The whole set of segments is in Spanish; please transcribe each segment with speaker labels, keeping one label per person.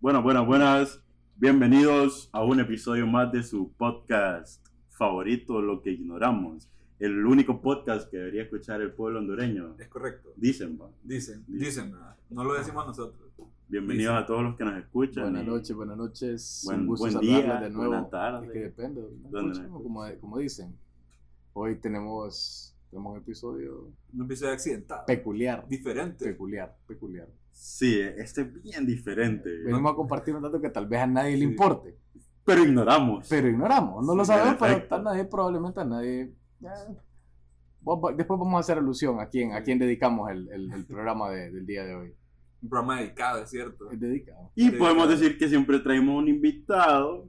Speaker 1: Bueno, buenas, buenas. Bienvenidos a un episodio más de su podcast favorito, Lo que ignoramos. El único podcast que debería escuchar el pueblo hondureño.
Speaker 2: Es correcto.
Speaker 1: Dicen, va.
Speaker 2: Dicen,
Speaker 1: Dicen.
Speaker 2: dicen, ¿verdad? No lo decimos nosotros.
Speaker 1: Bienvenidos
Speaker 2: Dicen.
Speaker 1: a todos los que nos escuchan.
Speaker 3: Buenas
Speaker 1: y
Speaker 3: noches, buenas noches.
Speaker 1: Buen-
Speaker 3: un gusto
Speaker 1: buen
Speaker 3: saludarlos
Speaker 1: día,
Speaker 3: de nuevo.
Speaker 1: buena tarde.
Speaker 3: Es que depende, ¿no?
Speaker 1: nos
Speaker 3: Escuchen,
Speaker 1: escuchen?
Speaker 3: como, como dicen. Hoy tenemos, tenemos un episodio
Speaker 2: Un episodio accidentado.
Speaker 3: peculiar,
Speaker 2: Diferente.
Speaker 3: peculiar, peculiar.
Speaker 1: Sí, este es bien diferente.
Speaker 3: Venimos a compartir un dato que tal vez a nadie le
Speaker 2: Sí.
Speaker 3: importe,
Speaker 1: Pero ignoramos.
Speaker 3: pero ignoramos, no lo
Speaker 1: Sí,
Speaker 3: sabemos, pero
Speaker 1: perfecto.
Speaker 3: a nadie, probablemente a nadie. eh, va- va- Después vamos a hacer alusión a quién, a quién dedicamos el, el- el programa de- del día de hoy.
Speaker 2: Un programa dedicado, es cierto.
Speaker 3: Es dedicado.
Speaker 1: Y podemos decir que siempre traemos un invitado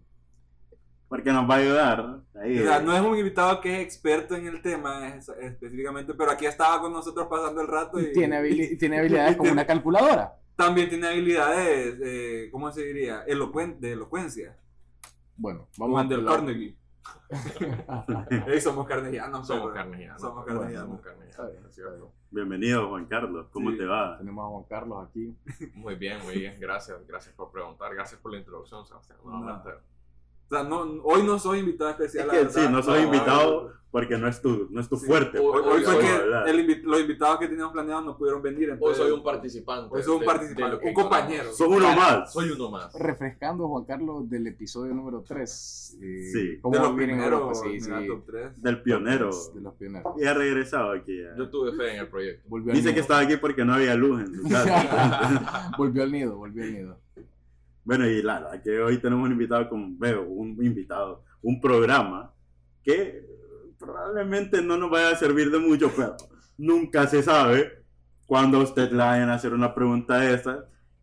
Speaker 1: porque nos va a ayudar. Ahí,
Speaker 2: O sea, no es un invitado que es experto en el tema es- específicamente, pero aquí estaba con nosotros pasando el rato y,
Speaker 3: Y tiene, habili- tiene habilidades como una calculadora.
Speaker 2: también tiene habilidades, eh, ¿cómo se diría? Elocuen- de elocuencia.
Speaker 3: Bueno, vamos
Speaker 2: Como Andel
Speaker 3: la-
Speaker 2: Carnegie. Ey, somos carnegianos.
Speaker 4: Somos
Speaker 2: pero-
Speaker 4: carnegianos.
Speaker 2: Somos
Speaker 4: Bueno,
Speaker 2: carnegianos.
Speaker 4: somos carnegianos,
Speaker 3: Está bien,
Speaker 4: es cierto.
Speaker 1: Bienvenido, Juan Carlos. ¿Cómo
Speaker 2: Sí.
Speaker 1: te va?
Speaker 3: Tenemos a Juan Carlos aquí.
Speaker 4: Muy bien, muy bien. Gracias, gracias por preguntar. Gracias por la introducción, Sebastián. nuevamente.
Speaker 2: O sea, no, hoy no soy invitado especial.
Speaker 1: Es
Speaker 2: la
Speaker 1: que
Speaker 2: verdad.
Speaker 1: sí, no soy
Speaker 4: no,
Speaker 1: invitado porque no es tu, no es tu
Speaker 2: Sí.
Speaker 1: fuerte.
Speaker 4: Hoy-
Speaker 2: Hoy,
Speaker 1: pues,
Speaker 2: hoy
Speaker 1: no
Speaker 2: fue
Speaker 4: soy-
Speaker 1: vamos a hablar.
Speaker 2: que el invi- los invitados que teníamos planeados no pudieron venir.
Speaker 4: Hoy
Speaker 2: entonces-
Speaker 4: soy un participante.
Speaker 2: Hoy soy un
Speaker 4: de-
Speaker 2: participante,
Speaker 4: de lo que
Speaker 2: un compañero.
Speaker 4: ignoramos.
Speaker 1: Sos uno más.
Speaker 4: Soy uno más.
Speaker 3: refrescando, Juan Carlos, del episodio número 3.
Speaker 1: Sí.
Speaker 3: ¿Cómo
Speaker 2: de los
Speaker 3: vivir en Europa?
Speaker 2: primeros
Speaker 3: Sí,
Speaker 2: en
Speaker 3: sí.
Speaker 2: la top 3.
Speaker 1: Del pionero.
Speaker 3: Pues, De los pioneros.
Speaker 1: Y ha regresado aquí. ya.
Speaker 4: Yo tuve fe en el proyecto.
Speaker 3: Volvió al
Speaker 1: Dice que
Speaker 3: nido.
Speaker 1: estaba aquí porque no había luz en su casa.
Speaker 3: volvió al nido, volvió al nido.
Speaker 1: bueno, y la verdad que hoy tenemos un invitado, como veo, un invitado, un programa que probablemente no nos vaya a servir de mucho, pero nunca se sabe cuando a usted le vayan a hacer una pregunta de estas.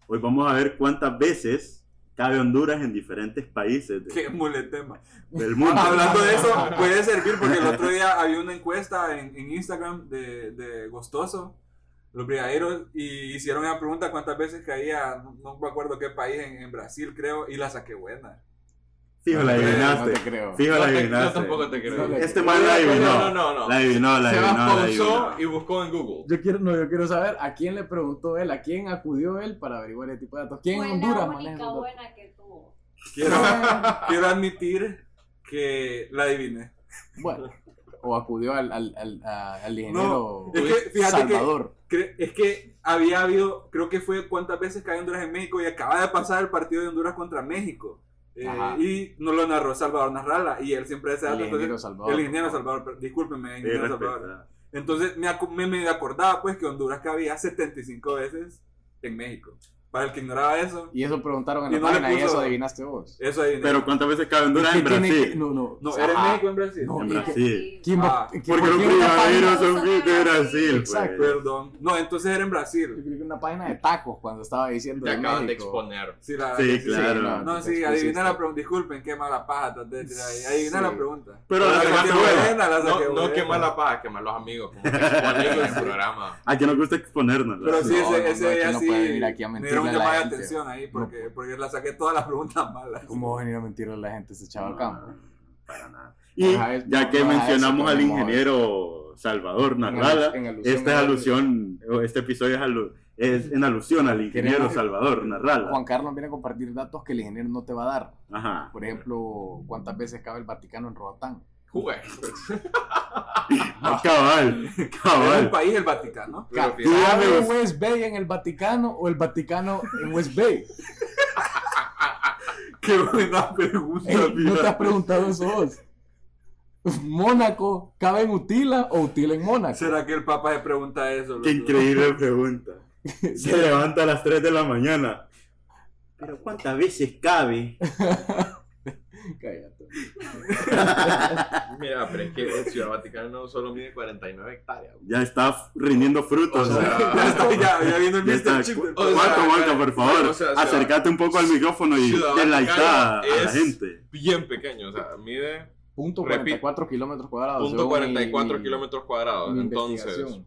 Speaker 1: Hoy vamos a ver cuántas veces cabe Honduras en diferentes países de-
Speaker 2: Qué mule tema.
Speaker 1: del mundo.
Speaker 2: Hablando de eso, puede servir porque el otro día había una encuesta en, en Instagram de, de Gostoso, los brigadeiros, y hicieron la pregunta cuántas veces caía, no, no me acuerdo qué país, en, en Brasil creo, y la saqué buena.
Speaker 1: Fijo, la
Speaker 3: No te
Speaker 1: adivinaste.
Speaker 3: creo.
Speaker 1: Fijo, la
Speaker 4: No te- yo
Speaker 1: adivinaste.
Speaker 4: tampoco te creo.
Speaker 3: No,
Speaker 1: Este man la
Speaker 4: no,
Speaker 1: adivinó.
Speaker 4: no, no, no.
Speaker 1: La adivinó, la
Speaker 4: Se
Speaker 1: adivinó. la
Speaker 4: pausó
Speaker 1: adivinó.
Speaker 4: y buscó en Google.
Speaker 3: Yo quiero, no, yo quiero saber a quién le preguntó él, a quién acudió él para averiguar este tipo de datos. ¿Quién
Speaker 5: fue
Speaker 3: en Honduras
Speaker 5: la única
Speaker 3: maneja esos datos?
Speaker 5: buena que tuvo.
Speaker 2: Quiero, quiero admitir que la adiviné.
Speaker 3: Bueno, o acudió al, al, al, a- al ingeniero
Speaker 2: Es que fíjate que
Speaker 3: Salvador.
Speaker 2: Cre- Es que había habido, creo que fue cuántas veces cae Honduras en México y acaba de pasar el partido de Honduras contra México. Eh,
Speaker 3: Ajá.
Speaker 2: y nos lo narró Salvador Narrala y él siempre hace
Speaker 3: El
Speaker 2: datos,
Speaker 3: ingeniero
Speaker 2: entonces-
Speaker 3: Salvador.
Speaker 2: El ingeniero Salvador, per- discúlpeme,
Speaker 1: Sí,
Speaker 2: ingeniero
Speaker 1: respeta.
Speaker 2: Salvador. Entonces me, acu- me, me acordaba pues que Honduras cabía 75 veces en México. Para el que ignoraba eso,
Speaker 3: Y eso preguntaron en
Speaker 2: Y
Speaker 3: la
Speaker 2: no le
Speaker 3: página y
Speaker 2: puso-
Speaker 3: eso adivinaste vos.
Speaker 2: eso ahí.
Speaker 1: Pero ¿cuántas veces cabe Honduras
Speaker 3: ¿Qué
Speaker 1: en
Speaker 3: tiene
Speaker 1: Brasil?
Speaker 3: que- no, no.
Speaker 2: no, era en
Speaker 3: Ajá.
Speaker 2: México en Brasil.
Speaker 3: No,
Speaker 1: En
Speaker 3: y que-
Speaker 1: Brasil.
Speaker 3: ¿Quién va-
Speaker 2: Ah,
Speaker 3: que-
Speaker 1: Porque los
Speaker 3: qué una página-
Speaker 1: primaveros son
Speaker 5: son
Speaker 1: bien de
Speaker 5: de
Speaker 1: Brasil.
Speaker 5: Brasil.
Speaker 1: pues.
Speaker 3: Exacto.
Speaker 2: Perdón. No, entonces era en
Speaker 3: Yo
Speaker 2: Brasil.
Speaker 3: creo que una página de tacos cuando estaba diciendo.
Speaker 4: Te
Speaker 3: de
Speaker 4: acaban de
Speaker 3: México.
Speaker 4: exponer.
Speaker 2: Sí, la-
Speaker 1: Sí,
Speaker 3: Sí,
Speaker 1: claro.
Speaker 2: No, sí,
Speaker 3: te expusiste.
Speaker 2: adiviné la pregunta. Disculpen, qué mala paja. traté de- Adiviné
Speaker 3: Sí.
Speaker 2: la pregunta.
Speaker 1: Pero la
Speaker 2: saqué
Speaker 1: sacaste buena.
Speaker 2: la saqué
Speaker 4: No, no
Speaker 2: buena.
Speaker 4: quemar la paja, quemar los amigos. Como que exponen en el programa.
Speaker 1: A que nos gusta exponernos. la
Speaker 2: Pero sí,
Speaker 1: verdad.
Speaker 3: No, no,
Speaker 2: ese, ese
Speaker 3: no, aquí
Speaker 2: día
Speaker 3: no
Speaker 2: sí
Speaker 3: puede venir aquí a
Speaker 2: me dieron
Speaker 3: mentirle
Speaker 2: un
Speaker 3: a la
Speaker 2: llamado de
Speaker 3: gente.
Speaker 2: atención ahí porque, porque la saqué todas las preguntas malas.
Speaker 3: ¿Cómo va a venir a mentirle a la gente ese chaval acá?
Speaker 1: Para nada. Y
Speaker 3: Ajá, es-
Speaker 1: ya
Speaker 3: no,
Speaker 1: que
Speaker 3: no,
Speaker 1: mencionamos
Speaker 3: a eso
Speaker 1: al
Speaker 3: ponemos-
Speaker 1: ingeniero Salvador Narrala,
Speaker 3: en alusión
Speaker 1: esta es
Speaker 3: a-
Speaker 1: alusión, o este episodio es, alu- es en alusión al ingeniero
Speaker 3: Queremos-
Speaker 1: Salvador Narrala.
Speaker 3: Juan Carlos viene a compartir datos que el ingeniero no te va a dar.
Speaker 1: Ajá.
Speaker 3: Por ejemplo, cuántas veces cabe el Vaticano en Roatán.
Speaker 4: Jugué.
Speaker 1: Ah, Cabal,
Speaker 2: Es un
Speaker 1: cabal.
Speaker 2: país el Vaticano.
Speaker 4: Pero
Speaker 1: Tú
Speaker 4: fíjate,
Speaker 1: dame
Speaker 3: ¿Cabe
Speaker 1: los-
Speaker 3: West Bay en el Vaticano o el Vaticano en West Bay?
Speaker 2: Qué buena pregunta.
Speaker 3: Ey, ¿No te
Speaker 2: fíjate.
Speaker 3: has preguntado eso vos? ¿Mónaco cabe en Utila o Utila en Mónaco?
Speaker 2: ¿Será que el Papa se pregunta eso? loco?
Speaker 1: Qué increíble pregunta. Se levanta a las 3 de la mañana. Pero ¿cuántas veces cabe?
Speaker 3: Cállate.
Speaker 4: Mira, pero es que el Ciudad Vaticano solo mide 49 hectáreas.
Speaker 1: Ya está rindiendo frutos.
Speaker 4: O sea,
Speaker 2: Ya está, ya, ya vino el
Speaker 1: Ya está.
Speaker 2: Mr. Chip.
Speaker 1: Cu-
Speaker 4: O sea,
Speaker 1: Marco, Marco,
Speaker 4: cara,
Speaker 1: por favor,
Speaker 4: o sea, o sea,
Speaker 1: acércate un poco al micrófono y
Speaker 4: Ciudad
Speaker 1: delaita a
Speaker 4: Vaticano
Speaker 1: la
Speaker 4: es-
Speaker 1: gente.
Speaker 4: Bien pequeño, o sea, mide
Speaker 3: Punto
Speaker 4: Repito.
Speaker 3: 44 kilómetros cuadrados.
Speaker 4: punto
Speaker 3: según mi-
Speaker 4: 44
Speaker 3: mi-
Speaker 4: kilómetros cuadrados.
Speaker 3: mi
Speaker 4: Entonces,
Speaker 3: investigación.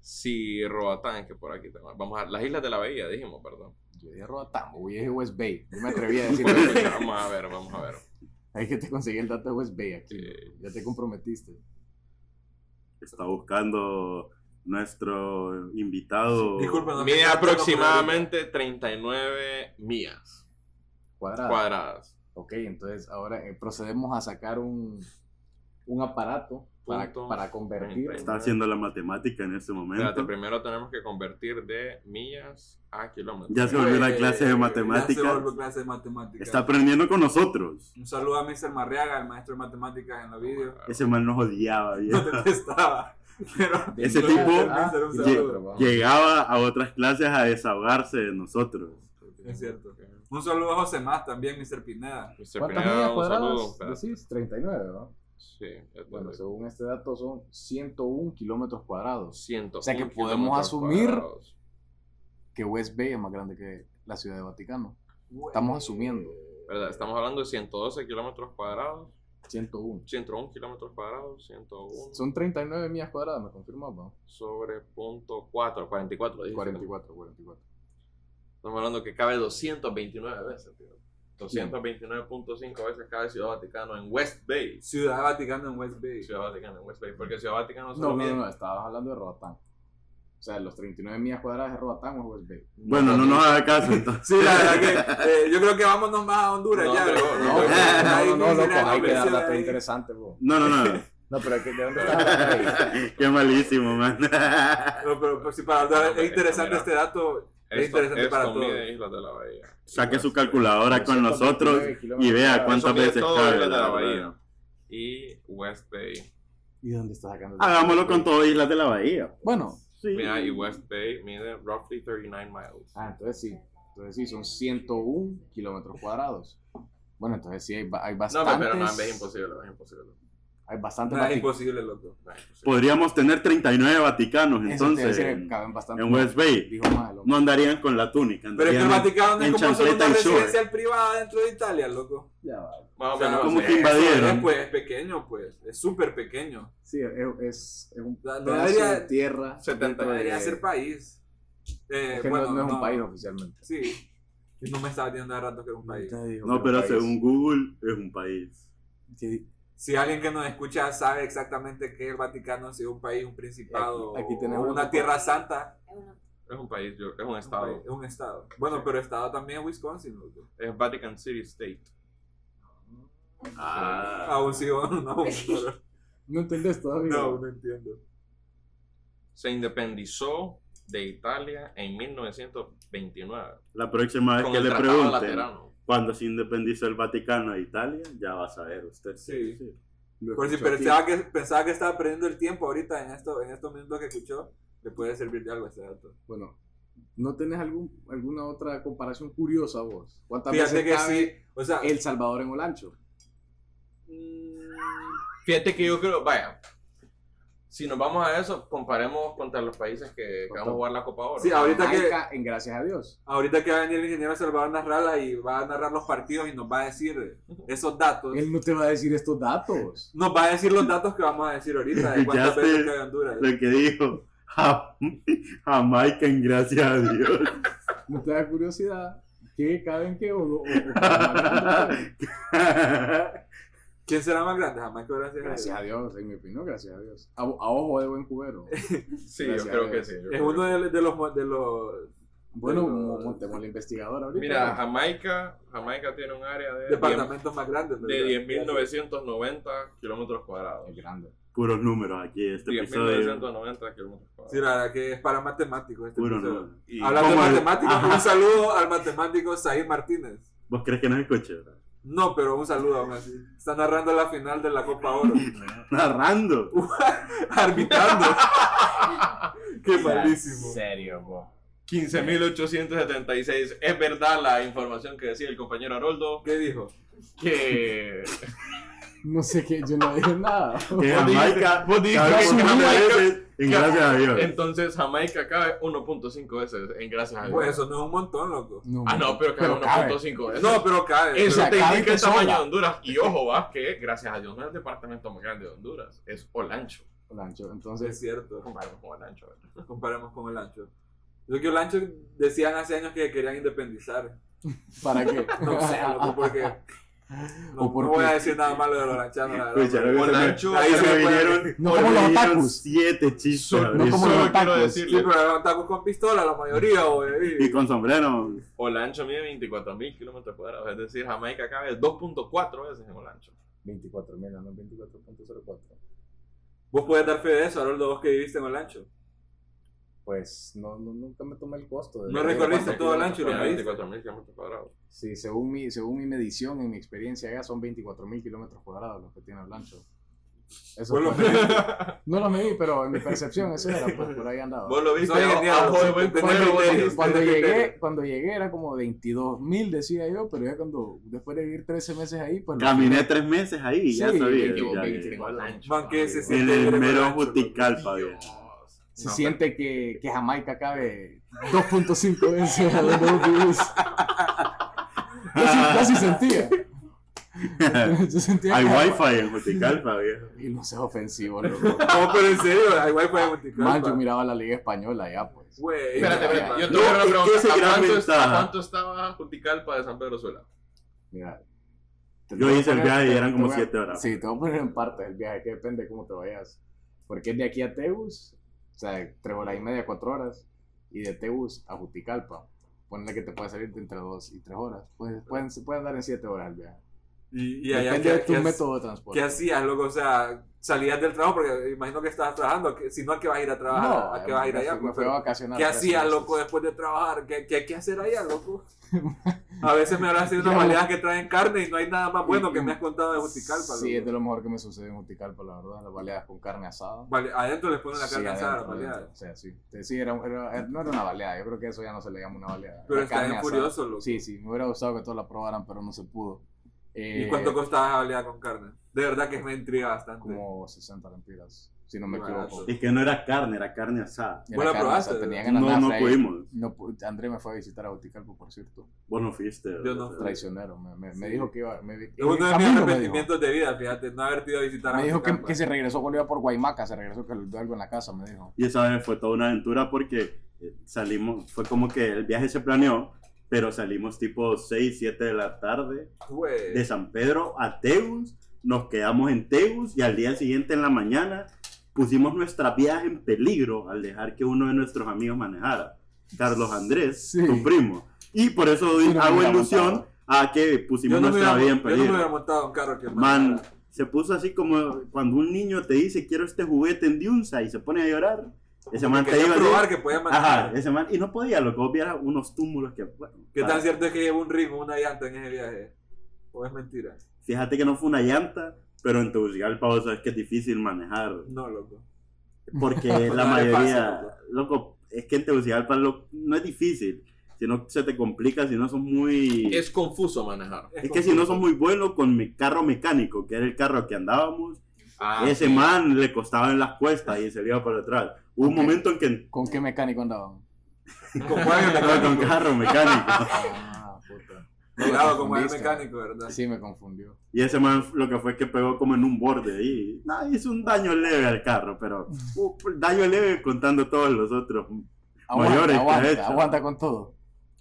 Speaker 4: si Roatán, que por aquí tengo, vamos a las Islas de la Bahía, dijimos, perdón.
Speaker 3: Yo dije Roatán, güey, dije West Bay. Yo me atreví a decir
Speaker 4: Bueno, pues,
Speaker 3: West Bay.
Speaker 4: ya, vamos a ver, vamos a ver.
Speaker 3: Hay que te conseguí el dato de West Bay aquí.
Speaker 4: Sí.
Speaker 3: Ya te comprometiste.
Speaker 1: Está buscando nuestro invitado.
Speaker 2: Disculpa, no
Speaker 4: Mide
Speaker 2: tengo-
Speaker 4: aproximadamente 39 millas. Ah.
Speaker 3: cuadradas.
Speaker 4: cuadradas.
Speaker 3: Ok, entonces ahora eh, procedemos a sacar un, un aparato para,
Speaker 4: Punto.
Speaker 3: para convertir.
Speaker 4: Treinta y
Speaker 1: Está haciendo la matemática en este
Speaker 4: Espérate,
Speaker 1: momento.
Speaker 4: primero tenemos que convertir de millas a kilómetros.
Speaker 1: Ya se volvió la clase de
Speaker 2: Ya se
Speaker 1: matemáticas.
Speaker 2: volvió clase de matemáticas.
Speaker 1: Está aprendiendo con nosotros.
Speaker 2: Un saludo a Mr. Marriaga, el maestro de matemáticas en la video.
Speaker 1: Ese man nos odiaba, viejo.
Speaker 2: No te detestaba. Pero
Speaker 3: de
Speaker 1: Ese
Speaker 3: millas
Speaker 1: tipo-
Speaker 3: a
Speaker 2: Ah,
Speaker 3: kilómetros,
Speaker 2: lle-
Speaker 3: vamos.
Speaker 1: Llegaba a otras clases a desahogarse de nosotros.
Speaker 2: es cierto. Un saludo a José Más también, Mr. Pineda.
Speaker 4: Mr.
Speaker 3: ¿Cuántas
Speaker 4: Pineda,
Speaker 3: millas
Speaker 4: un saludo.
Speaker 3: cuadradas?
Speaker 4: Espérate.
Speaker 3: Decís 39, ¿no?
Speaker 4: Sí, espérate.
Speaker 3: Bueno, según este dato son 101 kilómetros cuadrados.
Speaker 4: 101
Speaker 3: O sea que podemos
Speaker 4: kilómetros
Speaker 3: asumir-
Speaker 4: cuadrados.
Speaker 3: Que West Bay es más grande que la Ciudad de Vaticano. Estamos asumiendo
Speaker 4: ¿Verdad? Estamos hablando de 112 kilómetros cuadrados,
Speaker 3: 101.
Speaker 4: 101 kilómetros cuadrados, 101
Speaker 3: Son 39 millas cuadradas, me confirmas, ¿no?
Speaker 4: sobre punto 4, 44. dijiste.
Speaker 3: 44, 44.
Speaker 4: Estamos hablando que cabe 229 veces, tío. 229.5 veces cabe Ciudad Vaticano en West Bay.
Speaker 2: Ciudad Vaticana en West Bay.
Speaker 4: Ciudad Vaticano en West Bay, porque Ciudad Vaticano solo
Speaker 3: No, no,
Speaker 4: mide-
Speaker 3: no, no, estabas hablando de Roatán. O sea, los 39 millas cuadradas de Roatán o West Bay.
Speaker 1: Bueno, no nos
Speaker 4: no.
Speaker 1: haga caso entonces.
Speaker 2: Sí, la verdad que eh, yo creo que vámonos más a Honduras
Speaker 4: No,
Speaker 2: ya.
Speaker 4: pero-
Speaker 2: ¿verdad?
Speaker 4: no,
Speaker 3: No,
Speaker 2: Ahí
Speaker 3: no, no,
Speaker 2: difícil
Speaker 3: loco,
Speaker 2: la
Speaker 3: hay que dar
Speaker 2: conversión
Speaker 3: datos
Speaker 2: ahí.
Speaker 3: interesantes, po.
Speaker 1: No, no, no.
Speaker 3: No, pero ¿de dónde estás?
Speaker 1: Qué malísimo, man.
Speaker 2: No, pero pues, sí, para Honduras
Speaker 4: No,
Speaker 2: es interesante
Speaker 4: mira.
Speaker 2: este dato. Es
Speaker 4: Esto-
Speaker 2: interesante
Speaker 4: esto
Speaker 2: para todos.
Speaker 4: mide Islas de la Bahía.
Speaker 1: Saque su
Speaker 4: West Bay.
Speaker 1: calculadora con nosotros y vea cuántas
Speaker 4: mide
Speaker 1: veces
Speaker 4: todo
Speaker 1: cabe
Speaker 4: Islas de
Speaker 1: la
Speaker 4: la
Speaker 1: bahía.
Speaker 4: Bahía. Y West Bay.
Speaker 3: ¿Y dónde estás sacando?
Speaker 1: Hagámoslo con todo Islas de la Bahía.
Speaker 3: Bueno,
Speaker 1: Sí.
Speaker 4: Mira, y West Bay mide roughly 39 miles.
Speaker 3: ah, entonces sí. Entonces sí, son 101 kilómetros cuadrados. Bueno, entonces sí, hay, ba- hay
Speaker 4: No,
Speaker 3: bastantes.
Speaker 4: pero no, es imposible, es imposible.
Speaker 3: Hay bastantes.
Speaker 2: No, es
Speaker 3: Vati-
Speaker 2: imposible, loco.
Speaker 4: No, es imposible.
Speaker 1: Podríamos tener 39 Vaticanos
Speaker 3: Eso te iba a
Speaker 1: entonces
Speaker 3: decir,
Speaker 1: en,
Speaker 3: caben bastantes.
Speaker 1: en West Bay.
Speaker 3: Dijo más el hombre.
Speaker 1: No andarían con la túnica.
Speaker 2: Pero es que el
Speaker 1: andarían-
Speaker 2: Vaticano no es
Speaker 1: en
Speaker 2: como solo una
Speaker 1: chancleta y short.
Speaker 2: residencia privada dentro de Italia, loco.
Speaker 3: Ya va.
Speaker 4: Más o
Speaker 2: O sea,
Speaker 4: menos.
Speaker 1: como
Speaker 4: sí.
Speaker 1: que invadieron.
Speaker 2: Es, pues, es pequeño, pues. Es súper pequeño.
Speaker 3: Sí, es, es- es un
Speaker 2: O sea, no
Speaker 3: pedazo
Speaker 2: debería-
Speaker 3: de tierra.
Speaker 4: 70
Speaker 3: dentro de-
Speaker 2: Debería ser país. Eh,
Speaker 3: Es que no-
Speaker 2: bueno,
Speaker 3: no, es un país oficialmente.
Speaker 2: Sí. Yo No me estaba diciendo de rato que era un país.
Speaker 1: No, pero según Google es un país.
Speaker 3: Sí,
Speaker 2: Si alguien que nos escucha sabe exactamente qué es el Vaticano, si es un país, un principado,
Speaker 3: Aquí- aquí
Speaker 2: o
Speaker 3: tenemos
Speaker 2: una
Speaker 3: una-
Speaker 2: tierra santa,
Speaker 4: Es un país, yo- es un
Speaker 2: es un
Speaker 4: estado.
Speaker 2: país, es un estado. Bueno, pero estado también es Wisconsin, loco.
Speaker 4: Es Vatican City State.
Speaker 1: Ah,
Speaker 2: Aún sí, o no, aún, pero-
Speaker 3: No entendés todavía.
Speaker 2: no, no entiendo.
Speaker 4: Se independizó de Italia en 1929.
Speaker 1: la próxima vez
Speaker 4: con
Speaker 1: Ah, que
Speaker 4: el
Speaker 1: le
Speaker 4: Tratado
Speaker 1: pregunten
Speaker 4: Laterano.
Speaker 1: cuando se independizó el Vaticano de Italia, ya va a saber usted.
Speaker 2: pues Sí.
Speaker 3: Lo
Speaker 2: Por si
Speaker 3: escucho aquí.
Speaker 2: pensaba que, pensaba que estaba perdiendo el tiempo ahorita en, esto, en estos minutos que escuchó, le puede servir de algo este dato.
Speaker 3: Bueno, ¿no tenés algún, alguna otra comparación curiosa vos? ¿Cuántas
Speaker 2: Fíjate
Speaker 3: veces
Speaker 2: que
Speaker 3: cabe
Speaker 2: sí, o sea,
Speaker 3: El Salvador en Olancho?
Speaker 2: mm,
Speaker 4: Fíjate que yo creo, vaya, si nos vamos a eso, comparemos contra los países que, que
Speaker 3: Contra-
Speaker 4: vamos a jugar la Copa Oro.
Speaker 2: Sí, ahorita que-
Speaker 3: Jamaica en Gracias a Dios.
Speaker 2: ahorita que va a venir el ingeniero Salvador Narrala y va a narrar los partidos y nos va a decir esos datos.
Speaker 3: Él no te va a decir estos datos.
Speaker 2: Nos va a decir los datos que vamos a decir ahorita de cuántas
Speaker 1: Ya
Speaker 2: veces
Speaker 1: sé.
Speaker 2: cae Honduras.
Speaker 1: Lo que dijo "Ja- Jamaica en gracias a Dios.
Speaker 3: ¿No te da curiosidad? ¿Qué caben qué? O, o- o- o-
Speaker 2: ¿Quién será más grande? Jamás que gracias. a Dios.
Speaker 3: gracias a Dios, en mi opinión, gracias a Dios. A, a ojo de buen cubero.
Speaker 4: Sí,
Speaker 3: Gracias
Speaker 4: yo creo
Speaker 3: a
Speaker 4: que
Speaker 3: Dios.
Speaker 4: sí.
Speaker 2: Es
Speaker 4: yo creo
Speaker 2: uno de, de los... mo- De los
Speaker 3: Bueno,
Speaker 2: Pero-
Speaker 3: montemos la investigadora
Speaker 4: que-
Speaker 3: ahorita.
Speaker 4: Mira, Jamaica, Jamaica tiene un área de,
Speaker 2: departamentos más grandes. ¿no?
Speaker 4: de 10.990 kilómetros cuadrados.
Speaker 3: Es grande.
Speaker 1: Puros números aquí, este episodio.
Speaker 4: 10.990 kilómetros cuadrados.
Speaker 2: Sí, la verdad que es para matemáticos este
Speaker 1: Puros
Speaker 2: episodio.
Speaker 1: números.
Speaker 4: Y-
Speaker 2: Hablando de
Speaker 1: ¿Cómo el-
Speaker 2: matemáticos,
Speaker 1: Ajá.
Speaker 2: un saludo al matemático Zahir Martínez.
Speaker 1: ¿Vos crees que nos escucha?
Speaker 2: No, pero un saludo aún así. Está narrando la final de la Copa Oro.
Speaker 1: Narrando.
Speaker 2: Arbitrando. Qué malísimo.
Speaker 3: serio, vos.
Speaker 4: 15.876. Es verdad la información que decía el compañero Haroldo,
Speaker 2: ¿Qué dijo?
Speaker 4: que...
Speaker 3: No sé qué, yo no dije nada.
Speaker 1: Que
Speaker 4: Vos dijiste-
Speaker 1: Jamaica.
Speaker 4: vos dijiste
Speaker 1: cabe
Speaker 4: Jamaica.
Speaker 1: cuatro veces en
Speaker 4: Ca-
Speaker 1: gracias a Dios.
Speaker 4: Entonces Jamaica cabe 1.5 veces en gracias a Dios.
Speaker 2: Pues eso no es un montón, loco.
Speaker 4: ah, no, pero cabe
Speaker 3: Pero cabe.
Speaker 4: 1.5 veces.
Speaker 2: No, pero cabe.
Speaker 4: Eso
Speaker 3: sea,
Speaker 4: te
Speaker 3: cabe
Speaker 4: indica el
Speaker 3: que sobra.
Speaker 4: tamaño de Honduras. Y ojo, va, que gracias a Dios no es el departamento más grande de Honduras. Es Olancho.
Speaker 3: Olancho,
Speaker 2: pero- Es
Speaker 3: entonces,
Speaker 2: cierto.
Speaker 4: Comparemos con Olancho. ¿verdad?
Speaker 2: Comparemos con el ancho. Lo que el ancho decían hace años que querían independizar.
Speaker 3: ¿para Ah, qué?
Speaker 2: No sé, loco, porque No,
Speaker 3: O por
Speaker 2: no voy a
Speaker 3: qué.
Speaker 2: decir nada malo de los lanchanos, la
Speaker 1: Escucha,
Speaker 2: verdad.
Speaker 1: luego se me-
Speaker 4: Olancho,
Speaker 1: ahí
Speaker 4: se
Speaker 1: se me
Speaker 4: me fue.
Speaker 1: vinieron,
Speaker 3: No
Speaker 1: se
Speaker 3: como
Speaker 1: me
Speaker 3: los
Speaker 1: vinieron
Speaker 3: otakus.
Speaker 1: siete chistes.
Speaker 3: no como
Speaker 1: ahorita.
Speaker 3: pues, los
Speaker 4: Solo quiero
Speaker 3: tacos.
Speaker 2: Sí,
Speaker 4: decirle,
Speaker 2: pero estamos con pistola la mayoría, güey.
Speaker 1: Y con sombrero.
Speaker 4: Olancho mide 24.000 kilómetros cuadrados, es decir, Jamaica cabe 2.4 veces en Olancho.
Speaker 3: 24, mira, no 24.04.
Speaker 2: Vos podés dar fe de eso, Haroldo, vos que viviste en Olancho.
Speaker 3: Pues no, no- nunca me tomé el costo. de-
Speaker 2: No
Speaker 3: de-
Speaker 2: recorriste todo Olancho y lo
Speaker 4: Cuadrados,
Speaker 2: mediste.
Speaker 4: 24.000 kilómetros cuadrados.
Speaker 3: Sí, según mi, según mi medición, en mi experiencia allá, son 24.000 kilómetros cuadrados los que tiene Blancho. Eso
Speaker 2: Vos lo
Speaker 3: fue- no los medí, pero en mi percepción eso era, pues por ahí andaba.
Speaker 4: Vos lo viste,
Speaker 2: Soy
Speaker 4: a-
Speaker 2: genial,
Speaker 4: a ojo de
Speaker 2: sí,
Speaker 4: buen
Speaker 2: tenés
Speaker 4: cuero, vos
Speaker 2: criterio.
Speaker 4: dijiste.
Speaker 3: Cuando
Speaker 2: Pero-
Speaker 3: llegué, cuando llegué era como 22.000 decía yo, pero ya cuando, después de vivir 13 meses ahí, pues... lo-
Speaker 1: Caminé tres meses ahí y ya
Speaker 3: Sí,
Speaker 1: sabía.
Speaker 3: yo-
Speaker 1: ya
Speaker 3: yo-
Speaker 1: que-
Speaker 4: Olancho,
Speaker 2: Man, que se
Speaker 4: amigo.
Speaker 1: En
Speaker 2: Siete
Speaker 1: el
Speaker 2: de
Speaker 1: mero
Speaker 2: Olancho,
Speaker 1: Jutical, bien.
Speaker 3: Se siente que, que Jamaica cabe 2.5 veces a donde vos vivís. Yo sí, yo sí sentía. Yo sentía
Speaker 1: Hay
Speaker 3: que-
Speaker 1: wifi en Juticalpa, viejo.
Speaker 3: Y no seas ofensivo, loco.
Speaker 2: No, pero en serio, hay wifi en
Speaker 3: Man, yo
Speaker 2: Juticalpa.
Speaker 3: miraba la Liga Española ya, pues.
Speaker 2: Güey.
Speaker 4: Espérate, espérate, yo te
Speaker 1: No,
Speaker 4: voy a
Speaker 1: es que esa
Speaker 4: preguntar,
Speaker 1: gran
Speaker 4: ¿a cuánto, es-
Speaker 1: ventaja.
Speaker 4: a cuánto estaba Juticalpa de San Pedro Sula?
Speaker 3: Mira. te
Speaker 1: Yo
Speaker 3: voy a
Speaker 1: hice el
Speaker 3: poner-
Speaker 1: viaje y
Speaker 3: te-
Speaker 1: eran
Speaker 3: te
Speaker 1: como
Speaker 3: voy a-
Speaker 1: siete horas.
Speaker 3: Sí, te voy a poner en parte el viaje, que depende de cómo te vayas. Porque es de aquí a Tegus, o sea, tres horas y media, cuatro horas. Y de Tegus a Juticalpa. Ponle que te puede salir de entre dos y tres horas. Pues pueden, se pueden dar en siete horas el viaje.
Speaker 2: Y, y allá
Speaker 3: depende
Speaker 2: que,
Speaker 3: de tu método de transporte.
Speaker 2: ¿Qué hacías, loco? O sea, salías del trabajo porque imagino que estabas trabajando. que- si no, ¿a qué vas a ir a trabajar? ¿A qué vas a ir
Speaker 3: me
Speaker 2: allá?
Speaker 3: fui- Me
Speaker 2: pues?
Speaker 3: fui a vacacionar.
Speaker 2: ¿Qué
Speaker 3: tres
Speaker 2: hacías,
Speaker 3: meses.
Speaker 2: loco, después de trabajar? ¿Qué, qué hay que hacer allá, loco? A veces me habrás sido una
Speaker 3: Ya.
Speaker 2: baleada que traen carne y no hay nada más bueno que me has contado de Juticalpa, loco.
Speaker 3: Sí, es de lo mejor que me sucedió en Juticalpa, la verdad. Las baleadas con carne asada.
Speaker 2: Vale, adentro les ponen la
Speaker 3: Sí,
Speaker 2: carne asada a las
Speaker 3: adentro, adentro.
Speaker 2: baleadas.
Speaker 3: O sea, sí. Te- sí, era, era- era- no era una baleada. Yo creo que eso ya no se le llama una baleada.
Speaker 2: Pero
Speaker 3: Era
Speaker 2: está
Speaker 3: carne
Speaker 2: bien
Speaker 3: asada.
Speaker 2: furioso, loco.
Speaker 3: Sí, sí. Me hubiera gustado que todos la probaran, pero no se pudo.
Speaker 2: ¿Y
Speaker 3: Eh,
Speaker 2: cuánto costaba esa baleada con carne? De verdad que me intriga bastante.
Speaker 3: Como 60 lempiras, si no me
Speaker 2: Barato.
Speaker 3: equivoco.
Speaker 1: Es que no era carne, era carne asada.
Speaker 3: Era
Speaker 2: ¿Vos la
Speaker 3: carne,
Speaker 2: probaste?
Speaker 3: o sea, tenía ganas
Speaker 1: No,
Speaker 3: de
Speaker 1: no
Speaker 3: hacer ahí.
Speaker 1: pudimos.
Speaker 3: No pu- André me fue a visitar a Boticalpo, por cierto.
Speaker 1: Vos no fuiste.
Speaker 2: Yo no
Speaker 1: ¿verdad?
Speaker 2: fui.
Speaker 3: Traicionero. Me, me- me
Speaker 2: Sí.
Speaker 3: dijo que iba... Me, en
Speaker 2: Es uno
Speaker 3: el
Speaker 2: de mis
Speaker 3: camino me dijo.
Speaker 2: arrepentimientos de vida, fíjate, no haber ido a visitar a
Speaker 3: Me dijo que,
Speaker 2: Juticalpa.
Speaker 3: que se regresó cuando iba por Guaymaca, se regresó que le dio algo en la casa, me dijo.
Speaker 1: Y esa vez fue toda una aventura porque eh, salimos, fue como que el viaje se planeó, pero salimos tipo 6, 7 de la tarde
Speaker 2: Güey.
Speaker 1: de San Pedro a Teus, nos quedamos en Teus y al día siguiente en la mañana pusimos nuestra viaje en peligro al dejar que uno de nuestros amigos manejara, Carlos Andrés,
Speaker 3: Sí.
Speaker 1: tu primo. Y por eso di-
Speaker 3: Yo no me
Speaker 1: hago
Speaker 3: hubiera
Speaker 1: ilusión
Speaker 3: montado.
Speaker 1: a que
Speaker 2: Yo
Speaker 1: pusimos
Speaker 2: no, me
Speaker 1: nuestra vida
Speaker 2: hubiera,
Speaker 1: en
Speaker 2: yo no me
Speaker 1: peligro.
Speaker 2: hubiera montado un carro que
Speaker 1: Man,
Speaker 2: manejara.
Speaker 1: se puso así como cuando un niño te dice quiero este juguete en Diunsa y se pone a llorar. Ese man te
Speaker 2: Quería
Speaker 1: iba a
Speaker 2: probar que podía manejar.
Speaker 1: Ajá, ese man. Y no podía, lo que vos vieras unos túmulos que. bueno,
Speaker 2: ¿Qué
Speaker 1: para-
Speaker 2: tan cierto es que llevo un ring o una llanta en ese viaje? ¿O es mentira?
Speaker 1: Fíjate que no fue una llanta, pero en Tegucigalpa vos sabes que es difícil manejar.
Speaker 2: No, loco.
Speaker 1: Porque
Speaker 2: No,
Speaker 1: la
Speaker 2: no es
Speaker 1: mayoría.
Speaker 2: fácil,
Speaker 1: loco, es que en Tegucigalpa lo- no es difícil, sino que se te complica si no sos muy.
Speaker 4: Es confuso manejar.
Speaker 1: es que si no sos muy bueno con mi carro mecánico, que era el carro que andábamos,
Speaker 4: Ah,
Speaker 1: ese
Speaker 4: sí.
Speaker 1: man le costaba en las cuestas y se le iba para atrás. Hubo un
Speaker 3: Ok.
Speaker 1: momento en que
Speaker 3: ¿Con qué mecánico andaban?
Speaker 2: Con Juan el
Speaker 1: con
Speaker 2: Ah, mecánico.
Speaker 1: carro mecánico.
Speaker 3: Ah, puta. No, me
Speaker 2: Cuidado con Juan el
Speaker 3: confundiste.
Speaker 2: mecánico, ¿verdad?
Speaker 3: Sí, me confundió.
Speaker 1: Y ese man lo que fue que pegó como en un borde ahí. Nah, hizo un daño leve al carro, pero un daño leve contando todos los otros. mm,
Speaker 3: Aguanta,
Speaker 1: Mayores que ha hecho.
Speaker 3: aguanta, aguanta con todo.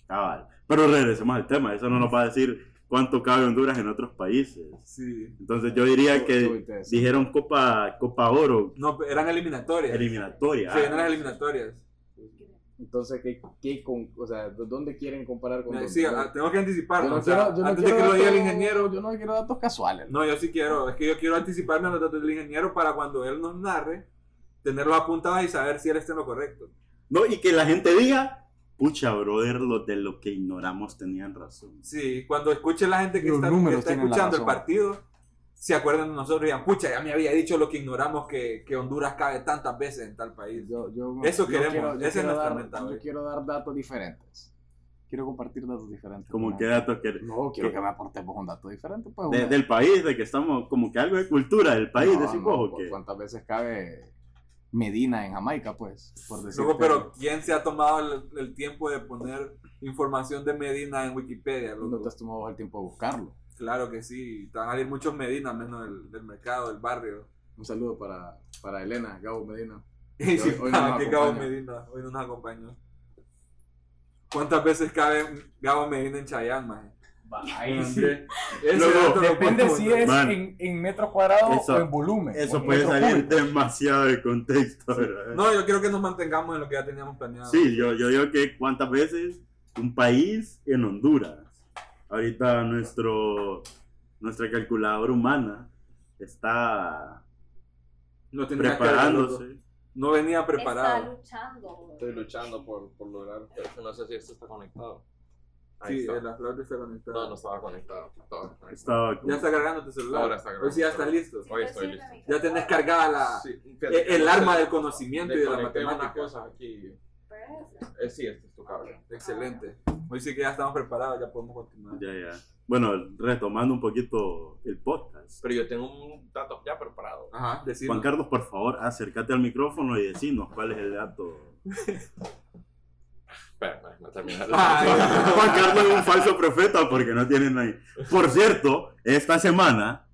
Speaker 1: Cabal. Pero regresemos al tema, eso no nos va a decir cuánto cabe Honduras en otros países.
Speaker 2: Sí.
Speaker 1: Entonces yo diría
Speaker 3: Tú- tú
Speaker 1: que
Speaker 3: viste eso.
Speaker 1: dijeron Copa, Copa Oro
Speaker 2: No, eran eliminatorias.
Speaker 1: eliminatoria.
Speaker 2: Sí,
Speaker 3: Ah,
Speaker 2: eran las eliminatorias.
Speaker 3: Entonces, ¿qué, qué con, o sea, ¿dó- ¿dónde quieren comparar con
Speaker 2: Sí,
Speaker 3: dónde?
Speaker 2: ah, tengo que
Speaker 3: Yo no
Speaker 2: anticiparnos.
Speaker 3: quiero- yo no
Speaker 2: antes de
Speaker 3: quiero
Speaker 2: que lo diga el
Speaker 3: datos-
Speaker 2: ingeniero.
Speaker 3: Yo no quiero datos casuales.
Speaker 2: No, yo sí quiero. Es que yo quiero anticiparme a los datos del ingeniero para cuando él nos narre, tenerlos apuntados y saber si él está en lo correcto.
Speaker 1: No, y que la gente diga, pucha, brother, los de lo que ignoramos tenían razón.
Speaker 2: Sí, cuando escuche la gente que
Speaker 3: Los
Speaker 2: está, que
Speaker 3: números
Speaker 2: está
Speaker 3: tienen la
Speaker 2: escuchando el
Speaker 3: razón.
Speaker 2: partido, se acuerdan de nosotros y digan, pucha, ya me había dicho lo que ignoramos que, que Honduras cabe tantas veces en tal país.
Speaker 3: Yo, yo-
Speaker 2: Eso
Speaker 3: yo
Speaker 2: queremos,
Speaker 3: quiero- yo
Speaker 2: esa es
Speaker 3: quiero
Speaker 2: nuestra
Speaker 3: dar-
Speaker 2: meta,
Speaker 3: Yo
Speaker 2: güey.
Speaker 3: quiero dar datos diferentes. Quiero compartir datos diferentes.
Speaker 1: Como
Speaker 3: ¿no?
Speaker 1: que datos que...
Speaker 3: No, quiero que me aportemos un dato diferente. Pues,
Speaker 1: de-
Speaker 3: una-
Speaker 1: del país, de que estamos como que algo de cultura del país,
Speaker 3: No, pues,
Speaker 1: de
Speaker 3: no,
Speaker 1: Cipojo,
Speaker 3: por
Speaker 1: que...
Speaker 3: ¿Cuántas veces cabe Medina en Jamaica, pues? Por decirte-
Speaker 2: Luego, pero ¿quién se ha tomado el, el tiempo de poner información de Medina en Wikipedia? loco?
Speaker 3: No te has tomado el tiempo de buscarlo.
Speaker 2: Claro que sí, te van a salir muchos Medina, menos del, del mercado, del barrio.
Speaker 3: Un saludo para, para Elena, Gabo Medina.
Speaker 2: Y
Speaker 3: hoy-
Speaker 2: sí,
Speaker 3: hoy no
Speaker 2: para
Speaker 3: nos
Speaker 2: que Gabo
Speaker 3: acompaña.
Speaker 2: Medina hoy no nos acompañó. ¿Cuántas veces cabe Gabo Medina en Chayán, maje? Ahí sí. Ese
Speaker 1: Luego,
Speaker 2: dato lo
Speaker 5: Depende
Speaker 2: pongo,
Speaker 5: si
Speaker 2: ¿no?
Speaker 5: es
Speaker 1: Man.
Speaker 5: en, en metros cuadrados
Speaker 1: Eso-
Speaker 5: o en volumen. o
Speaker 1: Eso
Speaker 5: en
Speaker 1: puede
Speaker 5: metros
Speaker 1: salir
Speaker 5: cúbicos.
Speaker 1: demasiado de contexto, ¿verdad?
Speaker 2: No, yo quiero que nos mantengamos en lo que ya teníamos planeado.
Speaker 1: Sí, yo, yo digo que cuántas veces un país en Honduras. Ahorita nuestro nuestra calculadora humana está
Speaker 2: No tenía que haberlo.
Speaker 1: preparándose.
Speaker 2: No venía
Speaker 6: Está
Speaker 2: preparado.
Speaker 6: luchando.
Speaker 4: Estoy luchando por, por lograr. No sé si esto está conectado. Ahí
Speaker 2: Sí, eh,
Speaker 4: está.
Speaker 2: la flauta está conectada.
Speaker 4: No, no estaba conectado. Estaba conectado.
Speaker 1: Estaba como-
Speaker 2: Ya está cargando tu celular.
Speaker 4: Ahora está cargando
Speaker 2: Hoy sí ya estás
Speaker 4: mi
Speaker 2: listo.
Speaker 4: Hoy estoy listo.
Speaker 2: Ya tenés cargada la,
Speaker 4: Sí,
Speaker 2: el,
Speaker 4: fíjate,
Speaker 2: el arma del
Speaker 4: le
Speaker 2: conocimiento y de la
Speaker 4: conecté unas
Speaker 2: matemática.
Speaker 4: cosas aquí.
Speaker 6: pues,
Speaker 4: Eh, sí, este es tu cable.
Speaker 2: Excelente. Hoy sí que ya estamos preparados, ya podemos continuar.
Speaker 1: Ya, ya. Bueno, retomando un poquito el podcast.
Speaker 4: Pero yo tengo un dato ya preparado.
Speaker 2: Ajá,
Speaker 1: Juan
Speaker 2: decimos.
Speaker 1: Carlos, por favor, acércate al micrófono y decinos cuál es el dato.
Speaker 4: Espera, déjame terminar.
Speaker 2: Ay.
Speaker 1: Juan Carlos es un falso profeta porque no tienen ahí. Por cierto, esta semana